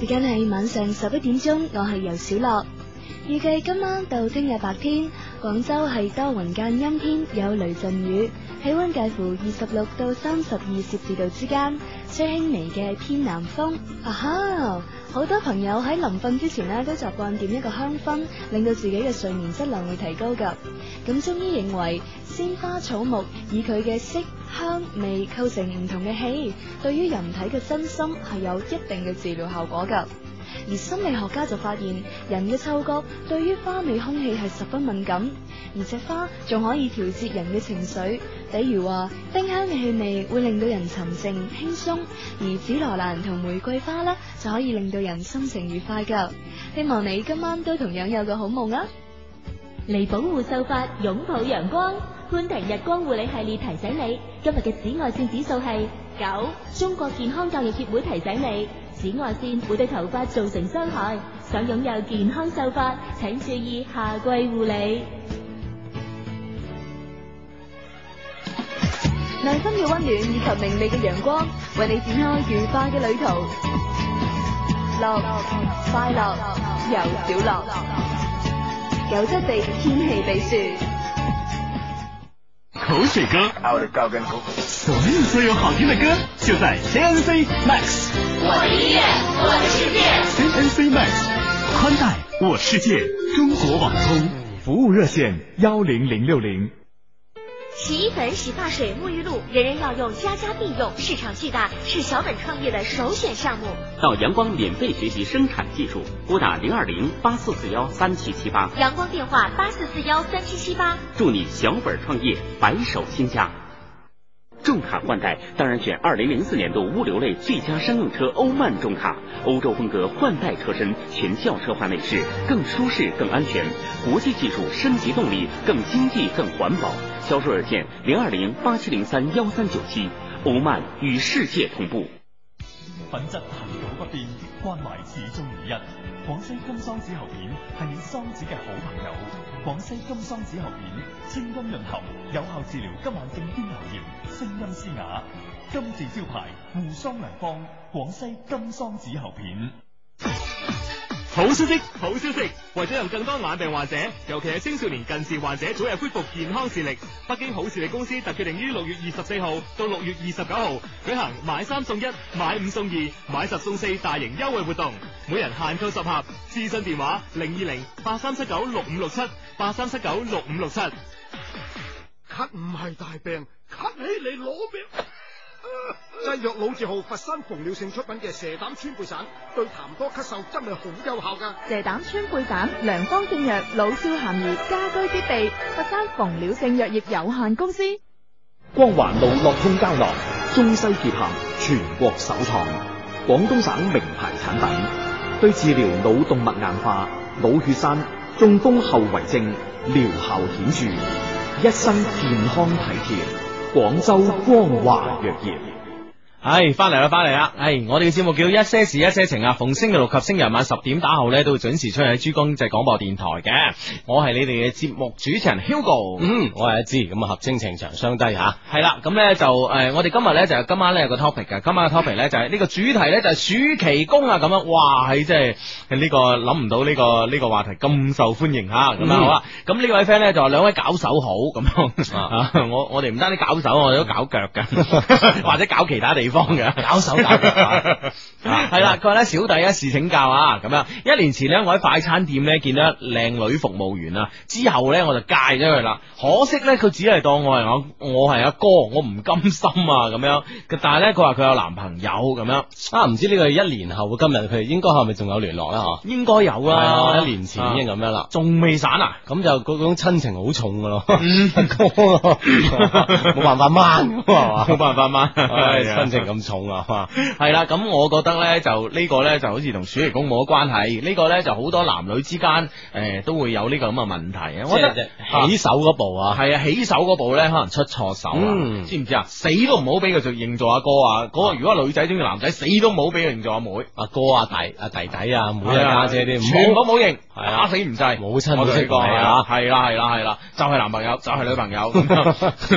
S16: 時間係晚上十一點鐘，我係游小樂。預計今晚到聽日白天，廣州係多雲間陰天，有雷陣雨，氣溫介乎二十六到三十二攝氏度之間，吹輕微嘅偏南風。啊哈！好多朋友喺臨瞓之前呢，都習慣點一個香薰，令到自己嘅睡眠質量會提高㗎。咁中醫認為，鮮花草木以佢嘅色香味構成唔同嘅氣，對於人體嘅身心係有一定嘅治療效果㗎。而心理學家就發現，人嘅嗅覺對於花味空氣係十分敏感，而隻花仲可以調節人嘅情緒。比如話，丁香嘅氣味會令到人沉靜輕鬆，而紫羅蘭同玫瑰花呢就可以令到人心情愉快㗎。希望你今晚都同樣有個好夢啊！
S25: 嚟保護秀髮，擁抱陽光。潘婷日光護理系列提醒你，今日嘅紫外線指數係九。中國健康教育協會提醒你，紫外線會對頭髮造成傷害。想擁有健康秀髮，請注意夏季護理。
S16: 內心嘅溫暖以及明媚嘅陽光，為你展開愉快嘅旅途。樂，快樂，由小樂。有質地天氣秘書。
S26: 口水歌，我的高跟裤。所有所有好听的歌，就在 KNC Max。
S27: 我的音乐，我的世界。
S26: KNC Max，宽带我世界，中国网通服务热线幺零零六零。
S28: 洗衣粉、洗发水、沐浴露，人人要用，家家必用，市场巨大，是小本创业的首选项目。
S4: 到阳光免费学习生产技术，拨打零二零八四四幺三七七八，
S28: 阳光电话八四四幺三七七八。
S4: 祝你小本创业，白手兴家。重卡换代当然选二零零四年度物流类最佳商用车欧曼重卡，欧洲风格换代车身，全轿车化内饰，更舒适更安全，国际技术升级动力更经济更环保。销售热线零二零八七零三幺三九七，欧曼与世界同步。
S29: 品質恒久不變，關懷始終如一。廣西金桑子喉片係你桑子嘅好朋友。廣西金桑子喉片清音潤喉，有效治療急慢性咽喉炎、聲音嘶啞。金字招牌護桑良方，廣西金桑子喉片。
S30: 好消息，好消息！為咗讓更多眼病患者，尤其係青少年近視患者早日恢復健康視力，北京好視力公司特決定於六月二十四號到六月二十九號舉行買三送一、買五送二、買十送四大型優惠活動，每人限購十盒。諮詢電話零二零八三七九六五六七八三七九六五六七。
S31: 咳唔係大病，咳起嚟攞命。製藥老字號佛山馮了性出品嘅蛇膽川貝散，對痰多咳嗽真係好有效噶。
S32: 蛇膽川貝散，良方正藥，老少咸宜，家居必備。佛山馮了性藥業有限公司。
S1: 光環路樂通膠囊，中西結合，全國首創，廣東省名牌產品，對治療腦動脈硬化、腦血栓、中風後遺症療效顯著，一生健康體貼。廣州光華藥業，
S3: 唉，翻嚟啦，翻嚟啦！唉，我哋嘅節目叫一些事一些情啊，逢星期六及星期日晚十點打後呢，都會準時出現喺珠江經濟廣播電台嘅。我係你哋嘅節目主持人 Hugo，
S33: 嗯，我係一支咁啊，合精情長相低吓。
S3: 係啦，咁呢就誒、呃我哋今日呢，就係今晚呢有個 topic 嘅，今晚嘅 topic 呢，就係、呢個主題呢，就係、暑期工啊，咁樣，哇，係真係呢個諗唔到呢、個呢、個話題咁受歡迎吓，咁
S33: 嗯
S3: 啊好啦，咁呢位 friend 呢，就話兩位搞手好，咁樣啊， 我我哋唔單止搞手，我哋都搞腳 嘅，或者搞其他地方嘅，
S33: 搞手 搞腳啊
S3: 系啦，佢話咧小弟一事請教啊，咁樣一年前咧我喺快餐店咧見到一靚女服務員啊，之後咧我就戒咗佢啦。可惜咧佢只係當我係我我係阿哥，我唔甘心啊咁樣。但係咧佢話佢有男朋友咁樣
S33: 啊，唔知呢個一年後嘅今日佢應該係咪仲有聯絡啦？嗬，
S3: 應該有
S33: 係
S3: 啦，
S33: 啊一年前已經咁樣啦，
S3: 仲未散啊？
S33: 咁就嗰種親情好重噶咯，哥啊冇辦法掹，係嘛
S3: 冇辦法嘛，
S33: 唉親情
S1: 情咁重啊嘛。
S3: 系啦，咁我覺得呢，就呢、個呢，就好似同暑期工冇乜關係，呢、個呢，就好多男女之間诶、呃都會有呢個咁嘅問題啊。我覺
S1: 即
S3: 得
S1: 係起手嗰步啊
S3: 係啊，起手嗰步呢，可能出錯手啊，
S1: 嗯
S3: 知唔知啊？死都唔好俾佢做認做阿哥啊！嗰、個如果女仔中意男仔，死都唔好俾佢認做阿妹、
S1: 阿哥啊、弟啊、弟弟啊、妹
S3: 係
S1: 啊、家姐啲，
S3: 哎全部
S1: 唔好
S3: 冇認，
S1: 係啊
S3: 打死唔制，
S1: 冇親冇
S3: 我同
S1: 識
S3: 你講
S1: 講
S3: 係
S1: 啊
S3: 啊，係啦係啦係啦，就係男朋友，就係女 朋友，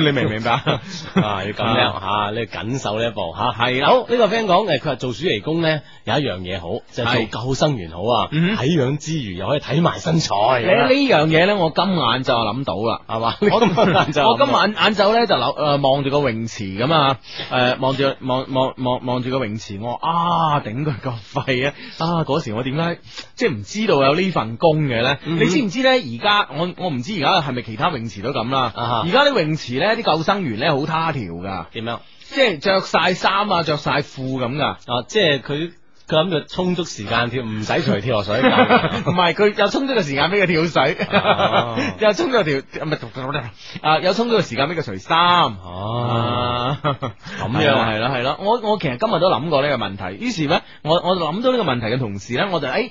S3: 你明唔明白？
S1: 啊，要咁樣吓，你緊守呢一步吓，
S3: 係啦
S1: 好呢個 friend 講诶，誒佢話做暑期工咧有一樣嘢好，就係
S3: 係
S1: 做救生員好啊，
S3: 嗯
S1: 睇樣之餘又可以睇埋身材。啊
S3: 咧呢樣嘢咧，我今晏就諗到啦，
S1: 係嘛？
S3: 我
S1: 晏晝
S3: 我今晚晏晝咧就留诶望住個泳池咁啊，诶望住望望望望住個泳池，我話啊頂佢個肺啊！啊嗰時我點解即係唔知道有呢份工嘅咧？
S1: 嗯
S3: 你知唔知咧？而家我我唔知而家係咪其他泳池都咁啦？
S1: 啊哈
S3: 而家啲泳池咧啲救生員咧好他條噶，
S1: 點樣？
S3: 即係着晒衫啊，着晒褲咁噶。
S1: 啊，即係佢佢諗住充足時間跳，唔使除跳落水㗎。
S3: 唔係佢有充足嘅時間俾佢跳水
S1: 哦，
S3: 有充足條唔係啊，有充足嘅時間俾佢除衫。
S1: 哦，
S3: 啊，咁
S1: 樣
S3: 係啦係啦，我我其實今日都諗過呢個問題，於是咧，我我諗到呢個問題嘅同時咧，我就誒。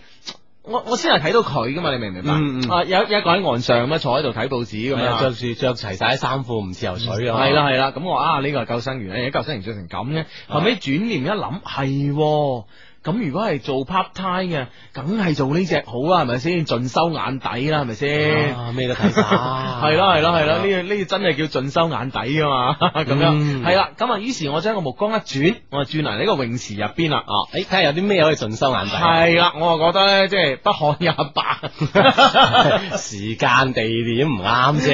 S3: 我我先係睇到佢噶嘛，你明唔明白？
S1: 嗯嗯
S3: 啊，有有一個喺岸上咁樣坐喺度睇報紙咁
S1: 咁啊，
S3: 樣
S1: 着，住着齊晒啲衫褲，唔似游水啊。
S3: 係啦係啦，咁我啊呢個係救生員咧，而家救生員着成咁嘅，後尾轉念一諗係喎。咁如果係做 part time 嘅，梗係做呢只好啦，係咪先？盡收眼底啦，係咪先？
S1: 啊，咩都睇 晒。
S3: 系
S1: 係啊
S3: 啦系啦系啦，呢個呢個真係叫盡收眼底噶嘛，咁
S1: 嗯
S3: 樣係啦。咁啊，於是我將個目光一轉，我啊就轉嚟呢個泳池入邊啦。
S1: 啊，誒睇下有啲咩可以盡收眼底。
S3: 係啦，我就覺得咧，即係不可也 罷。
S1: 時間地點唔啱啫，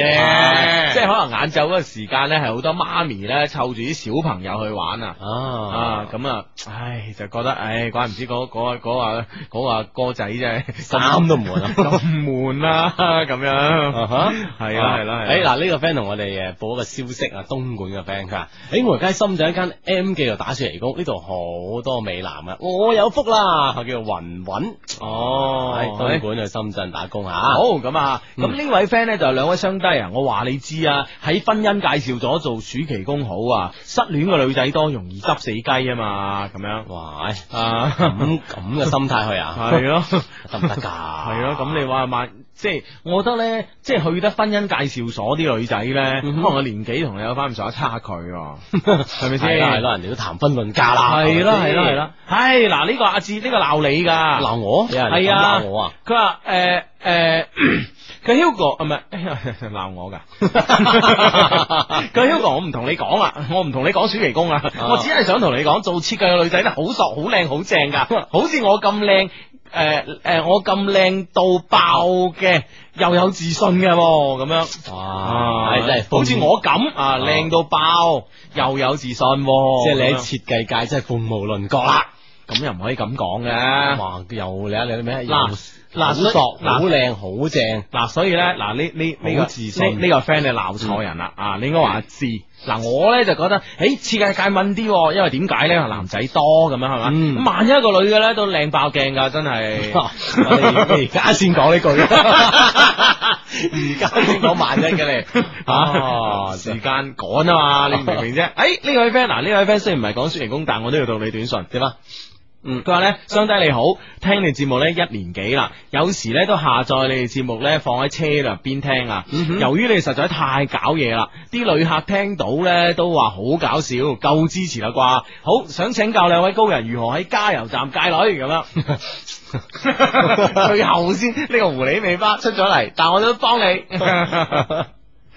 S3: 即係可能晏晝嗰個時間咧，係好多媽咪咧湊住啲小朋友去玩啊。
S1: 啊
S3: 啊，咁啊，唉，就覺得，唉，怪唔知嗰嗰嗰啊嗰啊哥仔啫，
S1: 衫都唔換啊
S3: 咁悶啦，咁樣，
S1: 啊哈，
S3: 係啦係啦，
S1: 诶嗱呢個 friend 同我哋诶報一個消息啊，東莞嘅 friend 佢話：，诶我而家喺深圳一間 M 記度打暑期工，呢度好多美男啊，我有福啦，叫做雲雲，
S3: 哦
S1: 喺東莞去深圳打工啊，
S3: 好咁啊，咁
S1: 嗯
S3: 呢位 friend 咧就兩位相低啊，我話你知啊，喺婚姻介紹咗做暑期工好啊，失戀嘅女仔多，容易執死雞啊嘛，咁樣
S1: 哇，哎
S3: 啊，
S1: 咁咁嘅心態去 啊，
S3: 係咯，
S1: 得唔 得㗎？
S3: 係
S1: 係
S3: 咯，咁你話萬即係我覺得咧，即係去得婚姻介紹所啲女仔咧，可
S1: 嗯哼
S3: 能個年紀同你有翻咁上下差 距喎，係咪先？
S1: 係啦係啦，人哋都談婚論嫁啦，
S3: 係啦係啦係
S1: 咪
S3: 啦，唉嗱呢個阿志呢個鬧你㗎，
S1: 先，鬧我，有人
S3: 係啊
S1: 鬧 我啊，
S3: 佢話誒誒，佢 Hugo 唔係鬧我㗎，佢 Hugo 我唔同你講啦，我唔同你講暑期工啦，我只係想同你講，做設計嘅女仔咧好索、好靚、好 正㗎，好似我咁靚。誒誒、我咁靚到爆嘅，又有自信嘅喎咁樣，
S1: 哇，係真係
S3: 好似我咁啊，靚到爆，又有自信喎，
S1: 即係你喺
S3: 咁樣
S1: 設計界真係鳳毛麟角啦。
S3: 咁又唔可以咁講嘅。
S1: 哇！又你啊，你咩？
S3: 嗱嗱
S1: 好
S3: 所以
S1: 索，好
S3: 嗱
S1: 靚，好正。
S3: 嗱，所以咧，嗱呢呢呢
S1: 好
S3: 個
S1: 自信
S3: 呢呢個 friend 你鬧錯人啦啊！你應該話知。嗱，我咧就覺得，誒設計界問啲喎，因為點解咧？男仔多咁樣係嘛？
S1: 嗯
S3: 咁萬一一個女嘅咧都靚爆鏡㗎，真係
S1: 我哋你而家先講呢句，而家先講萬一嘅你
S3: 啊！時間趕啊嘛，你明唔明啫？誒呢位 friend 嗱，呢位 friend 雖然唔係講雪人工，但我都要讀你短信，點啊？嗯，佢話咧，相低你好，聽你節目咧一年幾啦，有時咧都下載你哋節目咧放喺車入邊聽啊。由於你哋實在太搞嘢啦，啲旅客聽到咧都話好搞笑，夠支持啦啩。好，想請教兩位高人如何喺加油站戒女咁樣。最後先呢、個狐狸尾巴出咗嚟，但我都幫你。係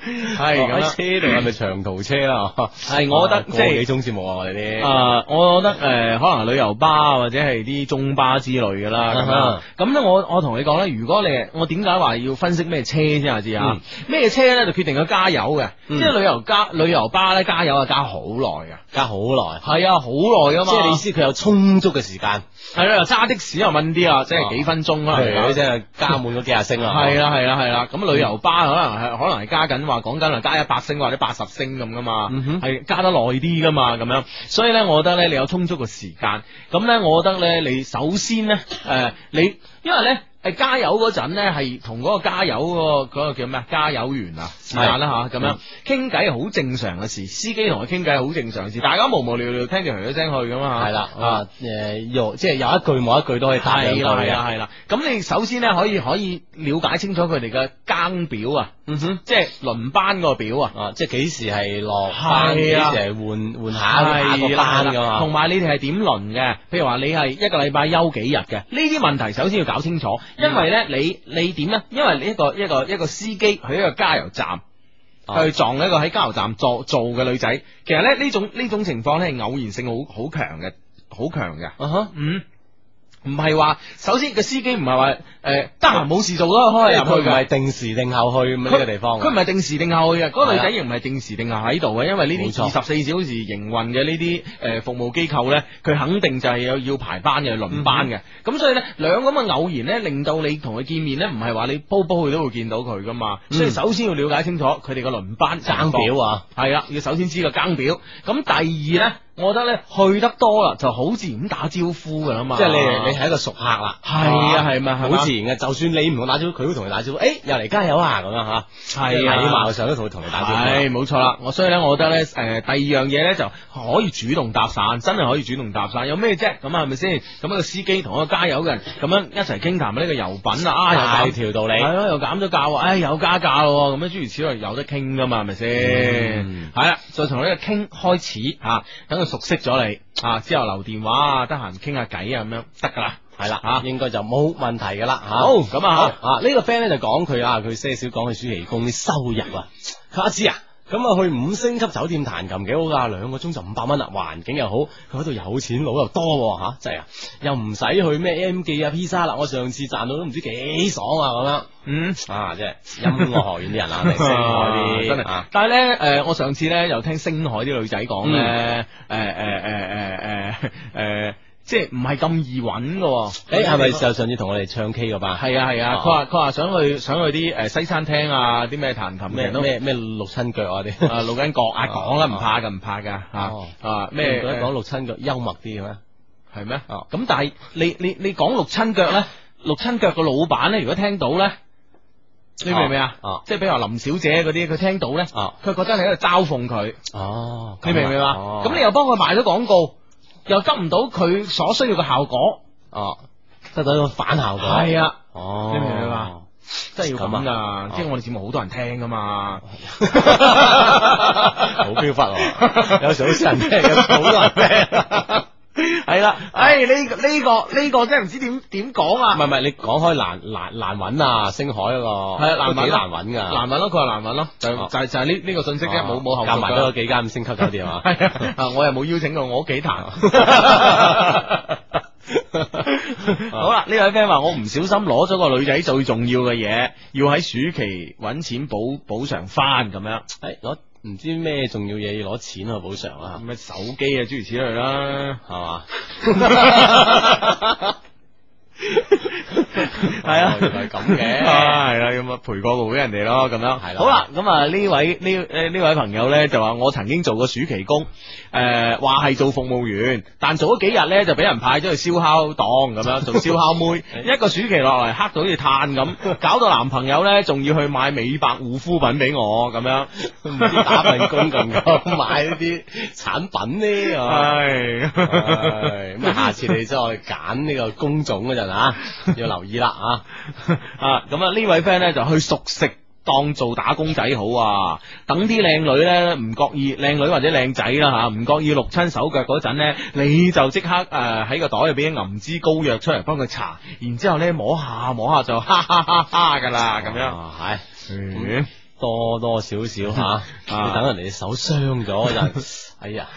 S1: 係
S3: 咁
S1: 咁
S3: 啦
S1: 喺車度係咪長途車啦？
S3: 係我覺得即係
S1: 個幾鐘節目啊！我哋
S3: 诶、
S1: 啲
S3: 我覺得诶、呃可能旅遊巴或者係啲中巴之類噶啦，咁
S1: 啊
S3: 樣咁咧，我我同你講咧，如果你我點解話要分析咩車先啊？知啊，咩車咧就決定咗加油嘅，
S1: 嗯
S3: 即係旅遊加旅遊巴咧加油啊加好耐噶，
S1: 加好耐，
S3: 係啊好耐噶嘛，
S1: 即係你意思佢有充足嘅時間，
S3: 係啦，揸的士又問啲啊，即係啊幾分鐘啦，
S1: 佢即係呃加滿咗幾廿啊星啦。
S3: 系啦系啦啊系啦，咁旅遊巴可能
S1: 嗯
S3: 係可能係加緊話講緊係加一百升或者八十升咁噶嘛，
S1: 嗯哼
S3: 係、加得耐啲噶嘛咁樣，所以咧我覺得咧你有充足嘅時間，咁咧我覺得咧你首先咧誒、呃你因為咧。诶加油嗰陣咧，係同嗰個加油嗰、個嗰、個叫咩啊？加油員啊，是但啦吓，咁
S1: 嗯
S3: 樣傾偈係好正常嘅事，司機同佢傾偈係好正常嘅事，大家無無聊聊聽住佢一聲去咁啊，
S1: 係啦，啊诶，又即係有一句冇一句都可以答兩句
S3: 係啦，係啦，
S1: 嘅。
S3: 係啦。咁你首先
S1: 啊
S3: 咧可以可以了解清楚佢哋嘅更表啊，嗯哼，即係輪班個表啊，
S1: 啊，即係幾時係落班，幾時
S3: 係啊
S1: 係換換下一個班啊
S3: 係
S1: 㗎
S3: 啦
S1: 嘛？
S3: 啊同埋你哋係點輪嘅？譬如話你係一個禮拜休幾日嘅？呢啲問題首先要搞清楚，
S1: 嗯
S3: 因為咧你你點咧？因為你一個一個一個司機去一個加油站。
S1: 啊
S3: 去撞一個喺加油站做做嘅女仔，其實咧呢種呢種情況咧係偶然性好好強嘅，好強嘅。
S1: 啊
S3: 嗯，唔係話首先個司機唔係話诶得閒冇事做咯，開
S1: 佢
S3: 入
S1: 唔
S3: 去嘅
S1: 係。啊定時定候去咁呢個地方㗎。啊
S3: 佢唔係定時定候去嘅，嗰、個女
S1: 係啊
S3: 仔亦唔係定時定候喺度嘅，因為呢
S1: 冇
S3: 啲
S1: 錯
S3: 二十四小時營運嘅呢啲诶服務機構咧，佢肯定就係有要排班嘅輪
S1: 嗯
S3: 班嘅，咁、所以咧兩咁嘅偶然咧，令到你同佢見面咧，唔係話你煲煲佢都會見到佢噶嘛，所以首先要了解清楚佢哋嘅輪班情況
S1: 嗯更表啊，
S3: 係啦，要首先知個更表，咁第二咧，我覺得咧去得多啦，就好自然咁打招呼噶啦嘛，
S1: 即係你你係一個熟客啦，
S3: 係啊係咪係咪
S1: 好自然嘅，就算你唔同佢打招呼，佢都同你打招呼，誒又嚟加油啊咁樣嚇，
S3: 係啊
S1: 即禮貌上都同佢同你打招
S3: 系
S1: 呼。
S3: 冇錯啦，我所以咧，我覺得咧，诶、第二樣嘢咧就可以主動搭訕，真係可以主動搭訕，有咩啫？咁啊係咪先？咁一個司機同一個加油嘅人咁樣一齊傾談呢個油品啊，啊又
S1: 大
S3: 減
S1: 條道理
S3: 係咯，又減咗價喎，唉、又加價咯，咁樣諸如此類有得傾噶嘛，係咪先？
S1: 嗯
S3: 係啦、再從呢個傾開始啊，等佢熟悉咗你啊，之後留電話啊，得閒傾下偈啊，咁樣得㗎啦。
S1: 係啦，
S3: 啊
S1: 嚇應該就冇問題㗎啦嚇。
S3: 好咁啊
S1: 好啊呢個 friend 咧就講佢啊，佢些少講佢暑期工啲收入啊，佢阿芝啊。咁啊，去五星級酒店彈琴幾好噶，兩個鐘就五百蚊啦，環境又好，佢嗰度有錢佬又多喎吓、真係啊，又唔使去咩 M 記啊、披薩啦，我上次賺到都唔知幾爽啊咁樣。
S3: 嗯
S1: 啊，即係音樂學院啲人啊，定星海啲
S3: 真係
S1: 啊，
S3: 但係咧，誒，我上次咧又聽星海啲女仔講咧，誒誒誒誒誒誒，即係唔係咁易揾嘅喎。
S1: 誒係咪就上次同我哋唱 K 嗰班？
S3: 係啊係啊，
S1: 哦
S3: 佢話佢話想去想去啲誒西餐廳啊，啲咩彈琴嘅
S1: 咩
S3: 人都
S1: 咩咩六親腳啊 啲？
S3: 啊錄緊角啊，講啦，
S1: 哦
S3: 唔怕㗎，唔怕㗎
S1: 哦
S3: 嚇啊
S1: 你
S3: 咩
S1: 唔覺得
S3: 誒
S1: 講六親腳幽默啲嘅咩？
S3: 係咩？
S1: 哦
S3: 咁但係你你你講六親腳咧，六親腳個老闆咧，如果聽到咧。你明唔明啊？
S1: 哦
S3: 即係比如話林小姐嗰啲，佢聽到咧，
S1: 哦
S3: 佢覺得你喺度嘲諷佢，
S1: 哦，
S3: 你明唔明啊？
S1: 哦
S3: 咁、你又幫佢賣咗廣告，又得唔到佢所需要嘅效果，
S1: 哦，得到一個反效果。
S3: 係啊，
S1: 哦，
S3: 你明唔明啊？真係要咁啊
S1: 咁啊哦
S3: 噶，即係我哋節目好多人聽噶 嘛。
S1: 啊 好飄忽喎，有時好少人聽，有時好多人聽。
S3: 係啦，唉，呢個呢個呢個真係唔知點點講
S1: 唔
S3: 啊！
S1: 係唔係，你講開難難難揾啊，星海嗰個
S3: 係啊，難
S1: 都
S3: 揾
S1: 幾
S3: 咯
S1: 難揾㗎，
S3: 難揾咯，佢話難揾咯，就
S1: 哦
S3: 就係就係呢呢個信息啫，冇冇後
S1: 夾
S3: 續
S1: 埋都有
S3: 㗎。
S1: 幾間五星級酒店啊。
S3: 係啊啊，我又冇邀請到我屋企彈。好啦，呢位 friend 話我唔小心攞咗個女仔最重要嘅嘢，要喺暑期揾錢補補償翻咁樣。
S1: 誒攞唔知咩重要嘢要攞錢去補償啦，
S3: 咩手機啊，諸如此類啦，
S1: 係嘛？
S3: 系啊，
S1: 哦原來咁嘅
S3: 啊係啦，咁啊陪過路俾人哋咯，咁樣
S1: 係啦
S3: 好啦，咁啊呢位呢诶呢位朋友咧就話我曾經做過暑期工，诶話係做服務員，但做咗幾日咧就俾人派咗去燒烤檔咁樣做燒 烤妹，一個暑期落嚟黑到好似炭咁，搞到男朋友咧仲要去買美白護膚品俾我咁樣。
S1: 唔知打份工咁夠買呢啲產品呢？係嘛唉
S3: 唉，
S1: 咁啊下次你再揀呢個工種嗰陣 啊，要留意啦啊！
S3: 啊，咁啊呢位 friend 咧就去熟食。當做打工仔好啊！等啲靚女咧唔覺意，靚女或者靚仔啦吓，唔覺意淥親手腳嗰陣咧，你就即刻呃誒喺、個袋入邊揞支膏藥出嚟幫佢搽，然之後咧摸下摸下就哈哈哈哈噶啦咁樣。
S1: 啊係。嗯啊多多少 少
S3: 啊
S1: 吓，你等人哋手傷咗嗰 陣，哎呀！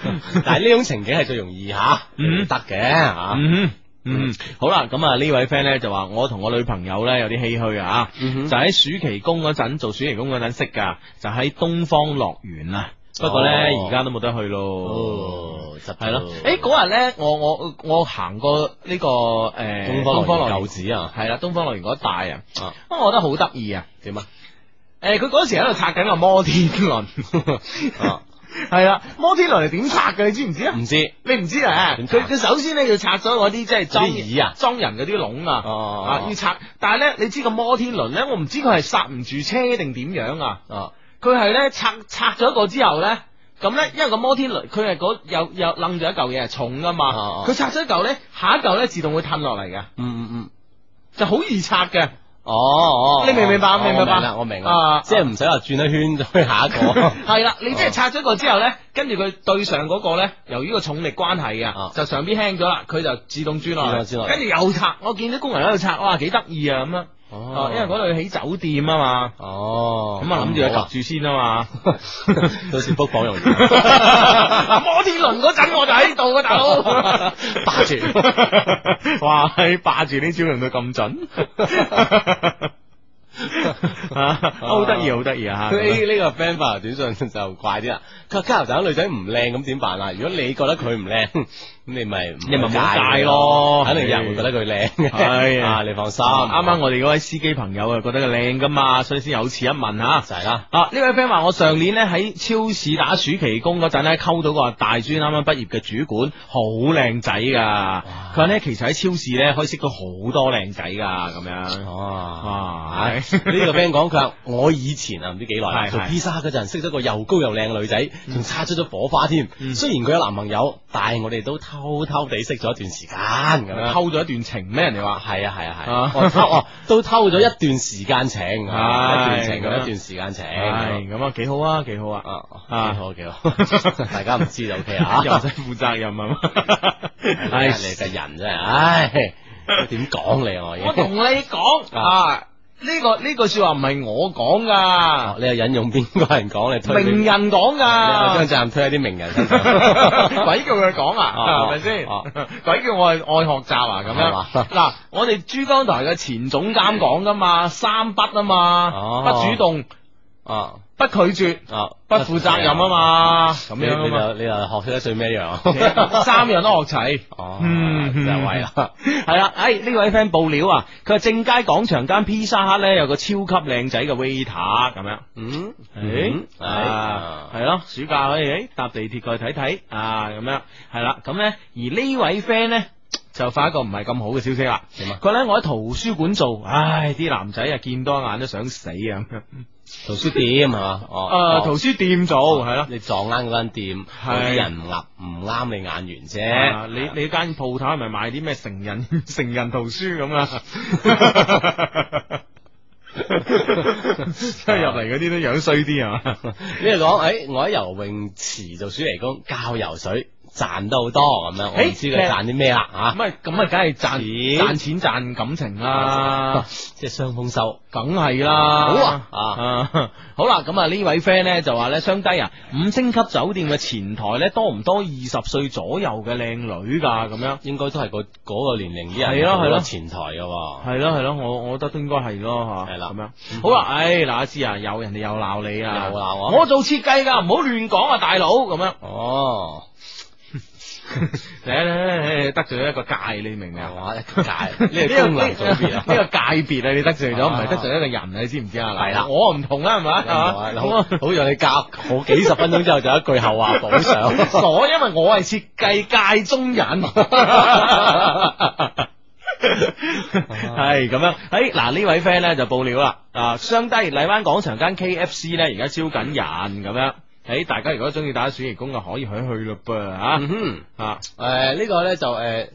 S1: 但係呢種情景係最容易吓，
S3: 嗯
S1: 得嘅吓，
S3: 嗯哼嗯，好啦，咁啊呢位 friend 咧就話我同我女朋友咧有啲唏噓啊，
S1: 嗯哼
S3: 就喺暑期工嗰陣做暑期工嗰陣識噶，就喺東方樂園啊，不過咧
S1: 哦
S3: 而家都冇得去咯。
S1: 哦，就
S3: 系咯，诶嗰日咧，我我我行過呢、個个诶、
S1: 東方樂園
S3: 園
S1: 舊址啊，
S3: 系啦，東方樂園嗰一帶啊，
S1: 啊
S3: 啊我覺得好得意啊，
S1: 點啊？
S3: 诶佢嗰時喺度拆緊個摩天輪，
S1: 啊
S4: 系啦，摩天輪係點拆嘅？你知唔知啊？唔知，你唔知啊？
S3: 點拆
S4: 佢佢首先咧要拆咗嗰啲即係裝
S3: 嗰啲椅啊哦
S4: 裝人嗰啲籠啊，
S1: 哦
S4: 啊要拆。但係咧，你知個摩天輪咧，我唔知佢係剎唔住車定點樣啊？
S3: 啊，
S4: 佢係咧拆拆咗一個之後咧。咁咧，因為個摩天輪佢係嗰有有楞咗一嚿嘢係重噶
S3: 哦
S4: 嘛，佢、拆咗一嚿咧，下一嚿咧自動會褪落嚟嘅，
S3: 嗯嗯嗯，
S4: 就好易拆嘅。
S3: 哦哦，
S4: 你明唔明白
S3: 哦
S4: 明唔明白
S3: 我啦，我明啦
S4: 啊，
S3: 即係唔使話轉一圈就去下 一個。
S4: 系啦，你即系拆咗個之後咧，跟住佢對上嗰個咧，由於個重力關係啊，就上邊輕咗啦，佢就自動轉落嚟，
S3: 哦自動轉落嚟
S4: 跟住又拆。我見啲工人喺度拆，哇，幾得意啊咁樣。哦，因為嗰度起酒店啊嘛，
S3: 哦，
S4: 咁啊諗住去 揼住先啊 嘛，
S3: 到時 book 房容易，
S4: 摩天輪嗰陣我就喺度啊，大佬，霸住， 哇，係霸住呢招用到咁 準，啊好得意，好得意啊！
S3: 呢呢個 friend 發條短信就怪啲啦，佢話加油站女仔唔靚咁點辦啊？如果你覺得佢唔靚，咁你咪唔
S4: 你咪唔好
S3: 戒
S4: 戒咯
S3: 肯定有人會覺得佢靚嘅。
S4: 係
S3: 啊，你放心。
S4: 啱啱我哋嗰位司機朋友啊，覺得佢靚噶嘛，所以先有此一問吓。就係啦。啊，呢位 friend 話我上年咧喺超市打暑期工嗰陣咧，溝到個大專啱啱畢業嘅主管，好靚仔噶。佢話咧其實喺超市咧可以識到好多靚仔噶咁樣。啊
S3: 哇！哦呢個 friend 講佢話：我以前啊，唔知幾耐啦
S4: 係嗯
S3: 做
S4: 係
S3: P 沙嗰陣，識咗個又高又靚嘅女仔，仲擦出咗火花添。
S4: 嗯
S3: 雖然佢有男朋友，但係我哋都偷偷地識咗一段時間咁樣，
S4: 溝咗一段情咩？人哋話
S3: 係啊係啊係
S4: 啊
S3: 啊，我偷哦都偷咗一段時間情，一段情咁
S4: 咁樣
S3: 一段時間情，
S4: 係咁啊，幾好啊，幾好啊，啊，
S3: 幾好幾好， 大家唔知就 OK 啦
S4: 又唔使負責任啊嘛。
S3: 唉，你個人真係，唉，點講你啊我已經
S4: 我同你講啊，呢個呢句说話唔係我講啊噶，
S3: 你又引用邊個人講？你推俾
S4: 名人講
S3: 你
S4: 噶
S3: 將。責任推喺啲名人身上，
S4: 啊 鬼叫佢講啊，
S3: 哦
S4: 係咪先
S3: 哦？
S4: 鬼叫我係愛學習啊，咁
S3: 係嘛
S4: 樣嗱，我哋珠江台嘅前總監講噶嘛，三不啊嘛，
S3: 哦
S4: 不主動，
S3: 啊
S4: 不拒絕，
S3: 啊，
S4: 不負責任啊嘛，咁
S3: 你
S4: 樣啊
S3: 你
S4: 嘛
S3: 就你又學識得最咩樣？
S4: 三樣都學齊。
S3: 哦，
S4: 嗯
S3: 真係威啊啦！
S4: 系啦，诶呢位 friend 報料啊，佢話正佳廣場間披薩克咧有個超級靚仔嘅 waiter 咁樣，
S3: 嗯，嗯
S4: 誒啊係咯，暑假可以誒搭地鐵過去睇睇啊咁樣，係啦，咁咧而呢位 friend 咧。就發一個唔係咁好嘅消息啦，
S3: 點啊
S4: 佢咧我喺圖書館做，唉，啲男仔啊見多眼都想死啊！
S3: 圖書店係嘛？哦，
S4: 誒，圖書店做係咯，
S3: 你撞啱嗰間店，
S4: 啊係
S3: 嗰啲人唔啱唔啱你眼緣
S4: 啊
S3: 啫。
S4: 你你間鋪頭係咪賣啲咩成人 成人圖書咁啊？即係入嚟嗰啲都樣衰啲啊！
S3: 你係講，誒，我喺游泳池做暑期工，教游水，賺得好多咁樣，我唔
S4: 誒
S3: 知佢賺啲咩啦嚇。
S4: 咁啊，咁啊，梗係賺
S3: 錢
S4: 賺錢賺感情啦，
S3: 即系双丰收。
S4: 梗係啦。
S3: 好啊
S4: 啊， 好啦，咁啊呢位 friend 咧就話咧，相低啊，五星級酒店嘅前台咧多唔多二十歲左右嘅靚女㗎？咁樣
S3: 應該都係個嗰個年齡啲人
S4: 係咯係咯
S3: 好多前台嘅喎，
S4: 係咯係咯，我我覺得都應該係咯嚇。
S3: 係啦
S4: 咁樣好啦，唉嗱，阿志啊，有人哋又鬧你啊，
S3: 又鬧我
S4: 我做設計㗎，唔好亂講啊，大佬咁樣。
S3: 哦，
S4: 嚟嚟嚟得罪一個界，你明唔明啊？
S3: 哇，一 界
S4: 呢
S3: 呢
S4: 個
S3: 個功能組別
S4: 呢
S3: 啊
S4: 個，呢個界別啊，你得罪咗，唔係
S3: 啊
S4: 得罪一個人啊，你知唔知啊？
S3: 係啦
S4: 我唔同啦，係咪啊？
S3: 好好讓你夾好幾十分鐘之後就一句後話補上，
S4: 傻，因為我係設計界中人。 係咁樣，诶嗱呢位 friend 咧就報料啦，啊相低荔灣廣場間 K F C 咧而家招緊人咁樣，诶大家如果中意打暑期工嘅可以去去嘞噃
S3: 嗯
S4: 吓，啊
S3: 哼，誒呢個咧就誒。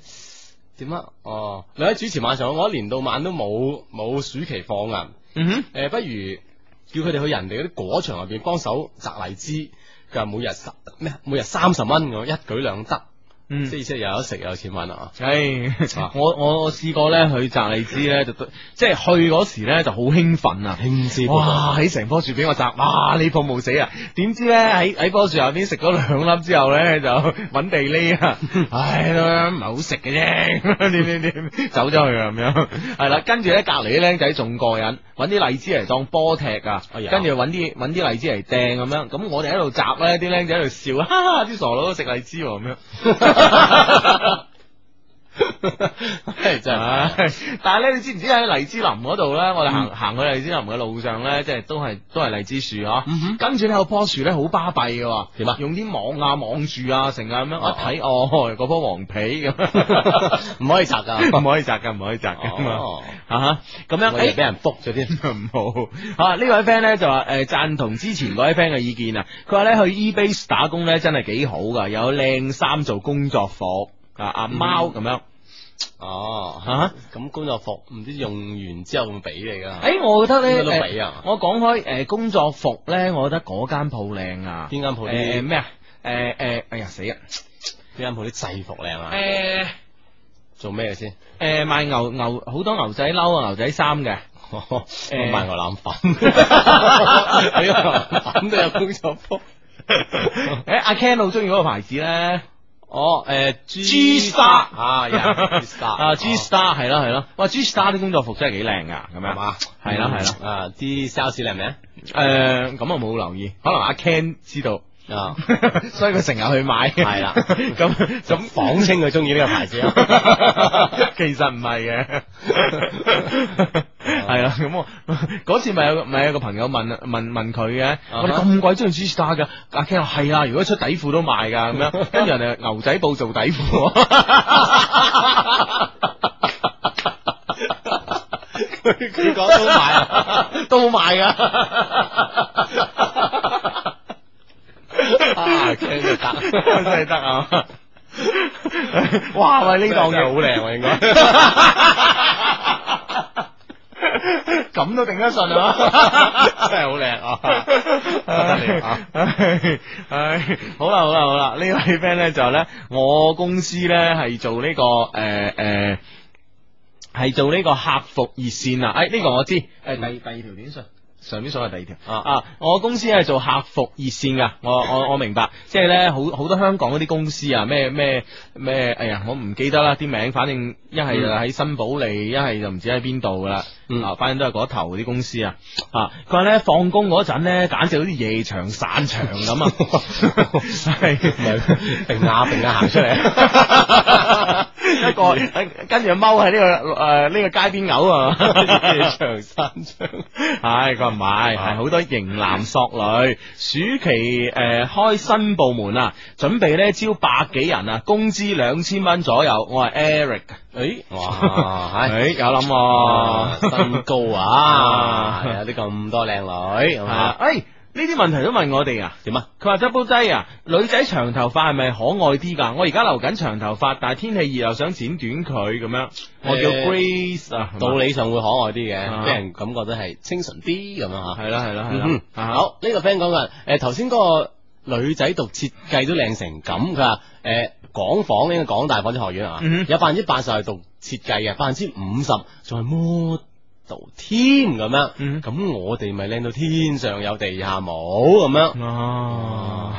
S3: 點啊？哦，兩位主持晚上好，我一年到晚都冇冇暑期放啊！
S4: 嗯哼。
S3: 誒、不如叫佢哋去人哋嗰啲果場入邊幫手摘荔枝，佢話每日十咩？啊每日三十蚊咁，一舉兩得，
S4: 嗯
S3: 即係即係又有得食又有錢揾啊！
S4: 唉
S3: 啊，
S4: 我我我試過咧去摘荔枝咧，就對即係去嗰時咧就好興奮啊！
S3: 興致勃勃
S4: 哇！喺成棵樹俾我摘，哇！呢棵冇死啊！點知咧喺喺棵樹下邊食咗兩粒之後咧，就揾地匿啊！ 唉，咁樣唔係好食嘅啫，點點點走咗去啊咁樣。係啦，跟住咧隔離啲僆仔仲過癮，揾啲荔枝嚟當波踢啊
S3: 哎呀，
S4: 跟住揾啲揾啲荔枝嚟掟咁樣。咁我哋喺度摘咧，啲 僆仔喺度笑，哈哈！啲傻佬都食荔枝喎咁樣。哎真系，但系咧，你知唔知喺荔枝林嗰度咧？我哋行行去荔枝林嘅路上咧，即系都系都系荔枝樹嗬。跟住咧有棵樹咧好巴閉嘅喎，嗯點啊？用啲網啊網住啊，成啊咁樣，我一睇哦，嗰棵黃皮 咁，唔可以啊哦摘噶，唔可以摘噶，唔可以摘噶
S3: 哦
S4: 嘛。啊咁樣，
S3: 我以為俾人
S4: 覆咗 添，唔好啊！呢位 friend 咧就話誒贊同之前嗰位 friend 嘅意見啊，佢話咧去 eBase 打工咧真係幾好噶，有靚衫做工作服啊，阿貓咁樣。哦，吓
S3: 啊
S4: 咁工作服唔知用完之後會俾你噶？诶、我覺得咧，
S3: 應該都俾啊
S4: 誒我講開诶、誒工作服咧，我覺得嗰間鋪靚啊。
S3: 邊間鋪啲
S4: 誒咩啊？诶诶、誒哎呀死啊！
S3: 邊間鋪啲制服靚啊？
S4: 诶、
S3: 做咩嘅先？
S4: 诶、賣牛牛好多牛仔褸啊，牛仔衫 嘅。誒
S3: 賣牛腩粉，
S4: 咁都有工作服。 诶、哎阿 Ken 好中意嗰個牌子咧。哦，诶，G Star 啊
S3: ，yeah，G Star
S4: 啊，G Star 係咯係咯，哇，G Star 啲工作服真係幾靚噶，咁樣
S3: 嘛
S4: 係啦係啦，
S3: 啊啲 sales 靚唔靚？
S4: 诶，咁啊我冇留意，可能阿 Ken 知道。
S3: 啊，
S4: 所以佢成日去買，系
S3: 係啦
S4: 咁咁
S3: 仿清佢中意呢個牌子啊。
S4: 其實唔係嘅， 係啦。咁我嗰次咪有咪有個朋友問問問佢嘅，
S3: 啊哈
S4: 我哋咁鬼中意 G Star 噶，阿 Ken 話係啊，如果出底褲都賣㗎咁樣，跟住人哋牛仔布做底褲，
S3: 佢佢講都買啊，
S4: 都賣㗎。
S3: 啊，聽就得。
S4: 真係得啊！ 哇，喂，呢檔嘢好靚喎，應該 咁都頂得順 啊！
S3: 真係好靚啊！
S4: 唉，唉好啦好啦好啦，呢位 friend 咧就咧，我公司咧係做呢、個诶诶。系做呢個客服熱線啊！诶、呢、個我知，诶、第第二條短信。上面所謂第二條啊我公司係做客服熱線噶，我我我明白，即係咧好好多香港嗰啲公司啊，咩咩咩，哎呀，我唔記得啦啲名，反正一係就喺新保利，一係就唔知喺邊度噶啦，啊，反正都係嗰頭啲公司啊，啊，佢話咧放工嗰陣咧，簡直好似夜場散場咁啊，係
S3: 定下定下行出嚟，
S4: 一個跟住踎喺呢個诶呢、個街邊嘔啊，
S3: 長山槍。
S4: 唉，佢話唔係，係好多型男索女。暑期诶、呃、開新部門啊，準備咧招百幾人啊，工資兩千蚊左右。我係 Eric，诶、
S3: 哇，係
S4: 诶有諗
S3: 啊
S4: 喎，
S3: 身高啊，有啲咁多靚女，係
S4: 啊
S3: 嘛？
S4: 诶。呢啲問題都問我哋啊，點啊？佢話 double 低啊，女仔長頭髮係咪可愛啲㗎？我而家留緊長頭髮，但係天氣熱又想剪短佢咁樣。我叫
S3: 誒
S4: Grace 啊，
S3: 道理上會可愛啲
S4: 啊
S3: 嘅，俾人感覺都係清純啲咁樣嚇。
S4: 係啦係啦係啦
S3: 嗯
S4: 啊
S3: 哼好呢個 friend 講嘅，誒頭先嗰個女仔讀設計都靚成咁，佢話誒廣房呢個廣大紡織學院啊
S4: 嗯哼，
S3: 有百分之八十係讀設計嘅，百分之五十仲係 model 添咁
S4: 嗯
S3: 樣，咁我哋咪靚到天上有地下冇咁樣。
S4: 哦，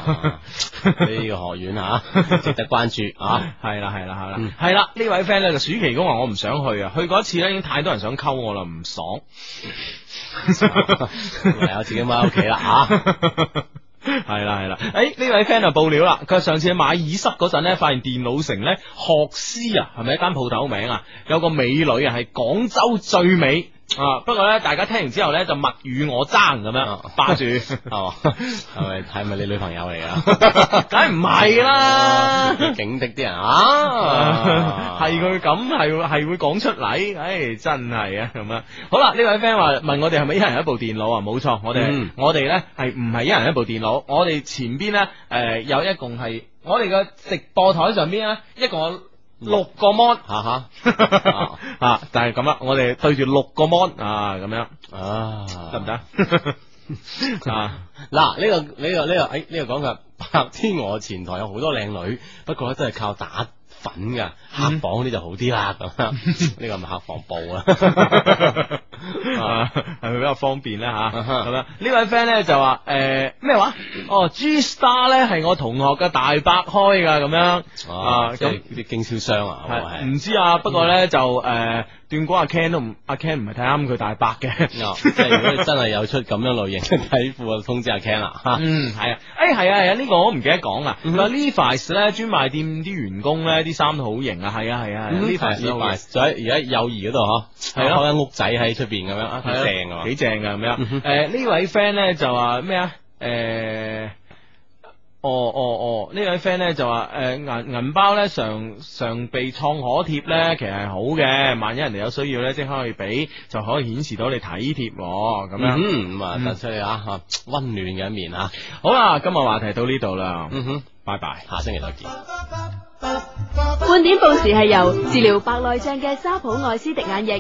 S3: 呢個學院嚇值得關注 啊！
S4: 系啦系啦系啦
S3: 嗯，
S4: 系啦呢位 friend 咧就暑期工話我唔想去啊，去過一次咧已經太多人想溝我啦，唔爽。
S3: 唯有自己踎喺屋企啦啊嚇。
S4: 系啦系啦，诶呢位 friend 就報料啦，佢話上次買耳塞嗰陣咧，發現電腦城咧學師啊，係咪一間鋪頭名啊？有個美女啊，係廣州最美啊！不過咧，大家聽完之後咧就勿與我爭咁樣，霸住
S3: 哦，係咪係咪你女朋友嚟啊？
S4: 梗係唔係啦。
S3: 警惕啲人 啊，
S4: 系佢咁系系会讲出嚟，唉，真系啊咁啊！好啦，呢位 friend 话问我哋系咪一人一部电脑啊？冇错，我哋、
S3: 嗯
S4: 我哋咧系唔系一人一部电脑？我哋前边咧诶有一共系我哋嘅直播台上边咧一共有六個 mon
S3: 吓吓
S4: 啊，但系咁啦，我哋對住六個 mon 啊，咁樣
S3: 啊，
S4: 得唔？得？ 啊，
S3: 嗱，呢個呢個呢個，诶，呢個講嘅 白天鵝前台有好多靚女，不過咧都係靠打
S4: 嗯
S3: 粉噶，黑房嗰啲就好啲啦，咁樣呢個咪黑房部啦。
S4: 啊係咪比較方便咧吓？
S3: 啊
S4: 咁樣呢位 friend 咧就話诶咩話？哦，G Star 咧係我同學嘅大伯開㗎咁樣啊，
S3: 哦即係
S4: 咁
S3: 啲經銷商啊，
S4: 係唔知啊，不過咧就诶。段哥阿 Ken 都唔阿 Ken 唔係睇啱佢大伯嘅，
S3: 哦即係如果你真係有出咁樣類型嘅底褲啊，通知阿 Ken 啦嚇。
S4: 嗯，係啊，誒係啊係啊，呢個我唔記得講啊。
S3: 嗯
S4: 嗱 Levi's 咧專賣店啲員工咧啲衫都好型啊，係啊係啊
S3: 嗯
S4: ，Levi's 都好型
S3: ，Levi's，仲喺而家幼兒嗰度嗬，
S4: 係咯
S3: 開間屋仔喺出邊咁樣，啊幾正啊，
S4: 幾正啊咁樣。誒呢位 friend 咧就話咩啊？誒。哦哦哦！呢位 friend 咧就話誒銀銀包咧常常備創可貼
S3: 嗯
S4: 咧，其實係好嘅。萬一人哋有需要咧，即刻可以俾，就可以顯示到你體貼我咁樣。
S3: 嗯咁啊突出
S4: 你啊嚇温暖嘅一面
S3: 啊
S4: 嚇。好啦，今日話題到呢度啦。嗯哼，拜拜，下星期再見。
S34: 半點報時係由治療白內障嘅沙普愛斯迪眼液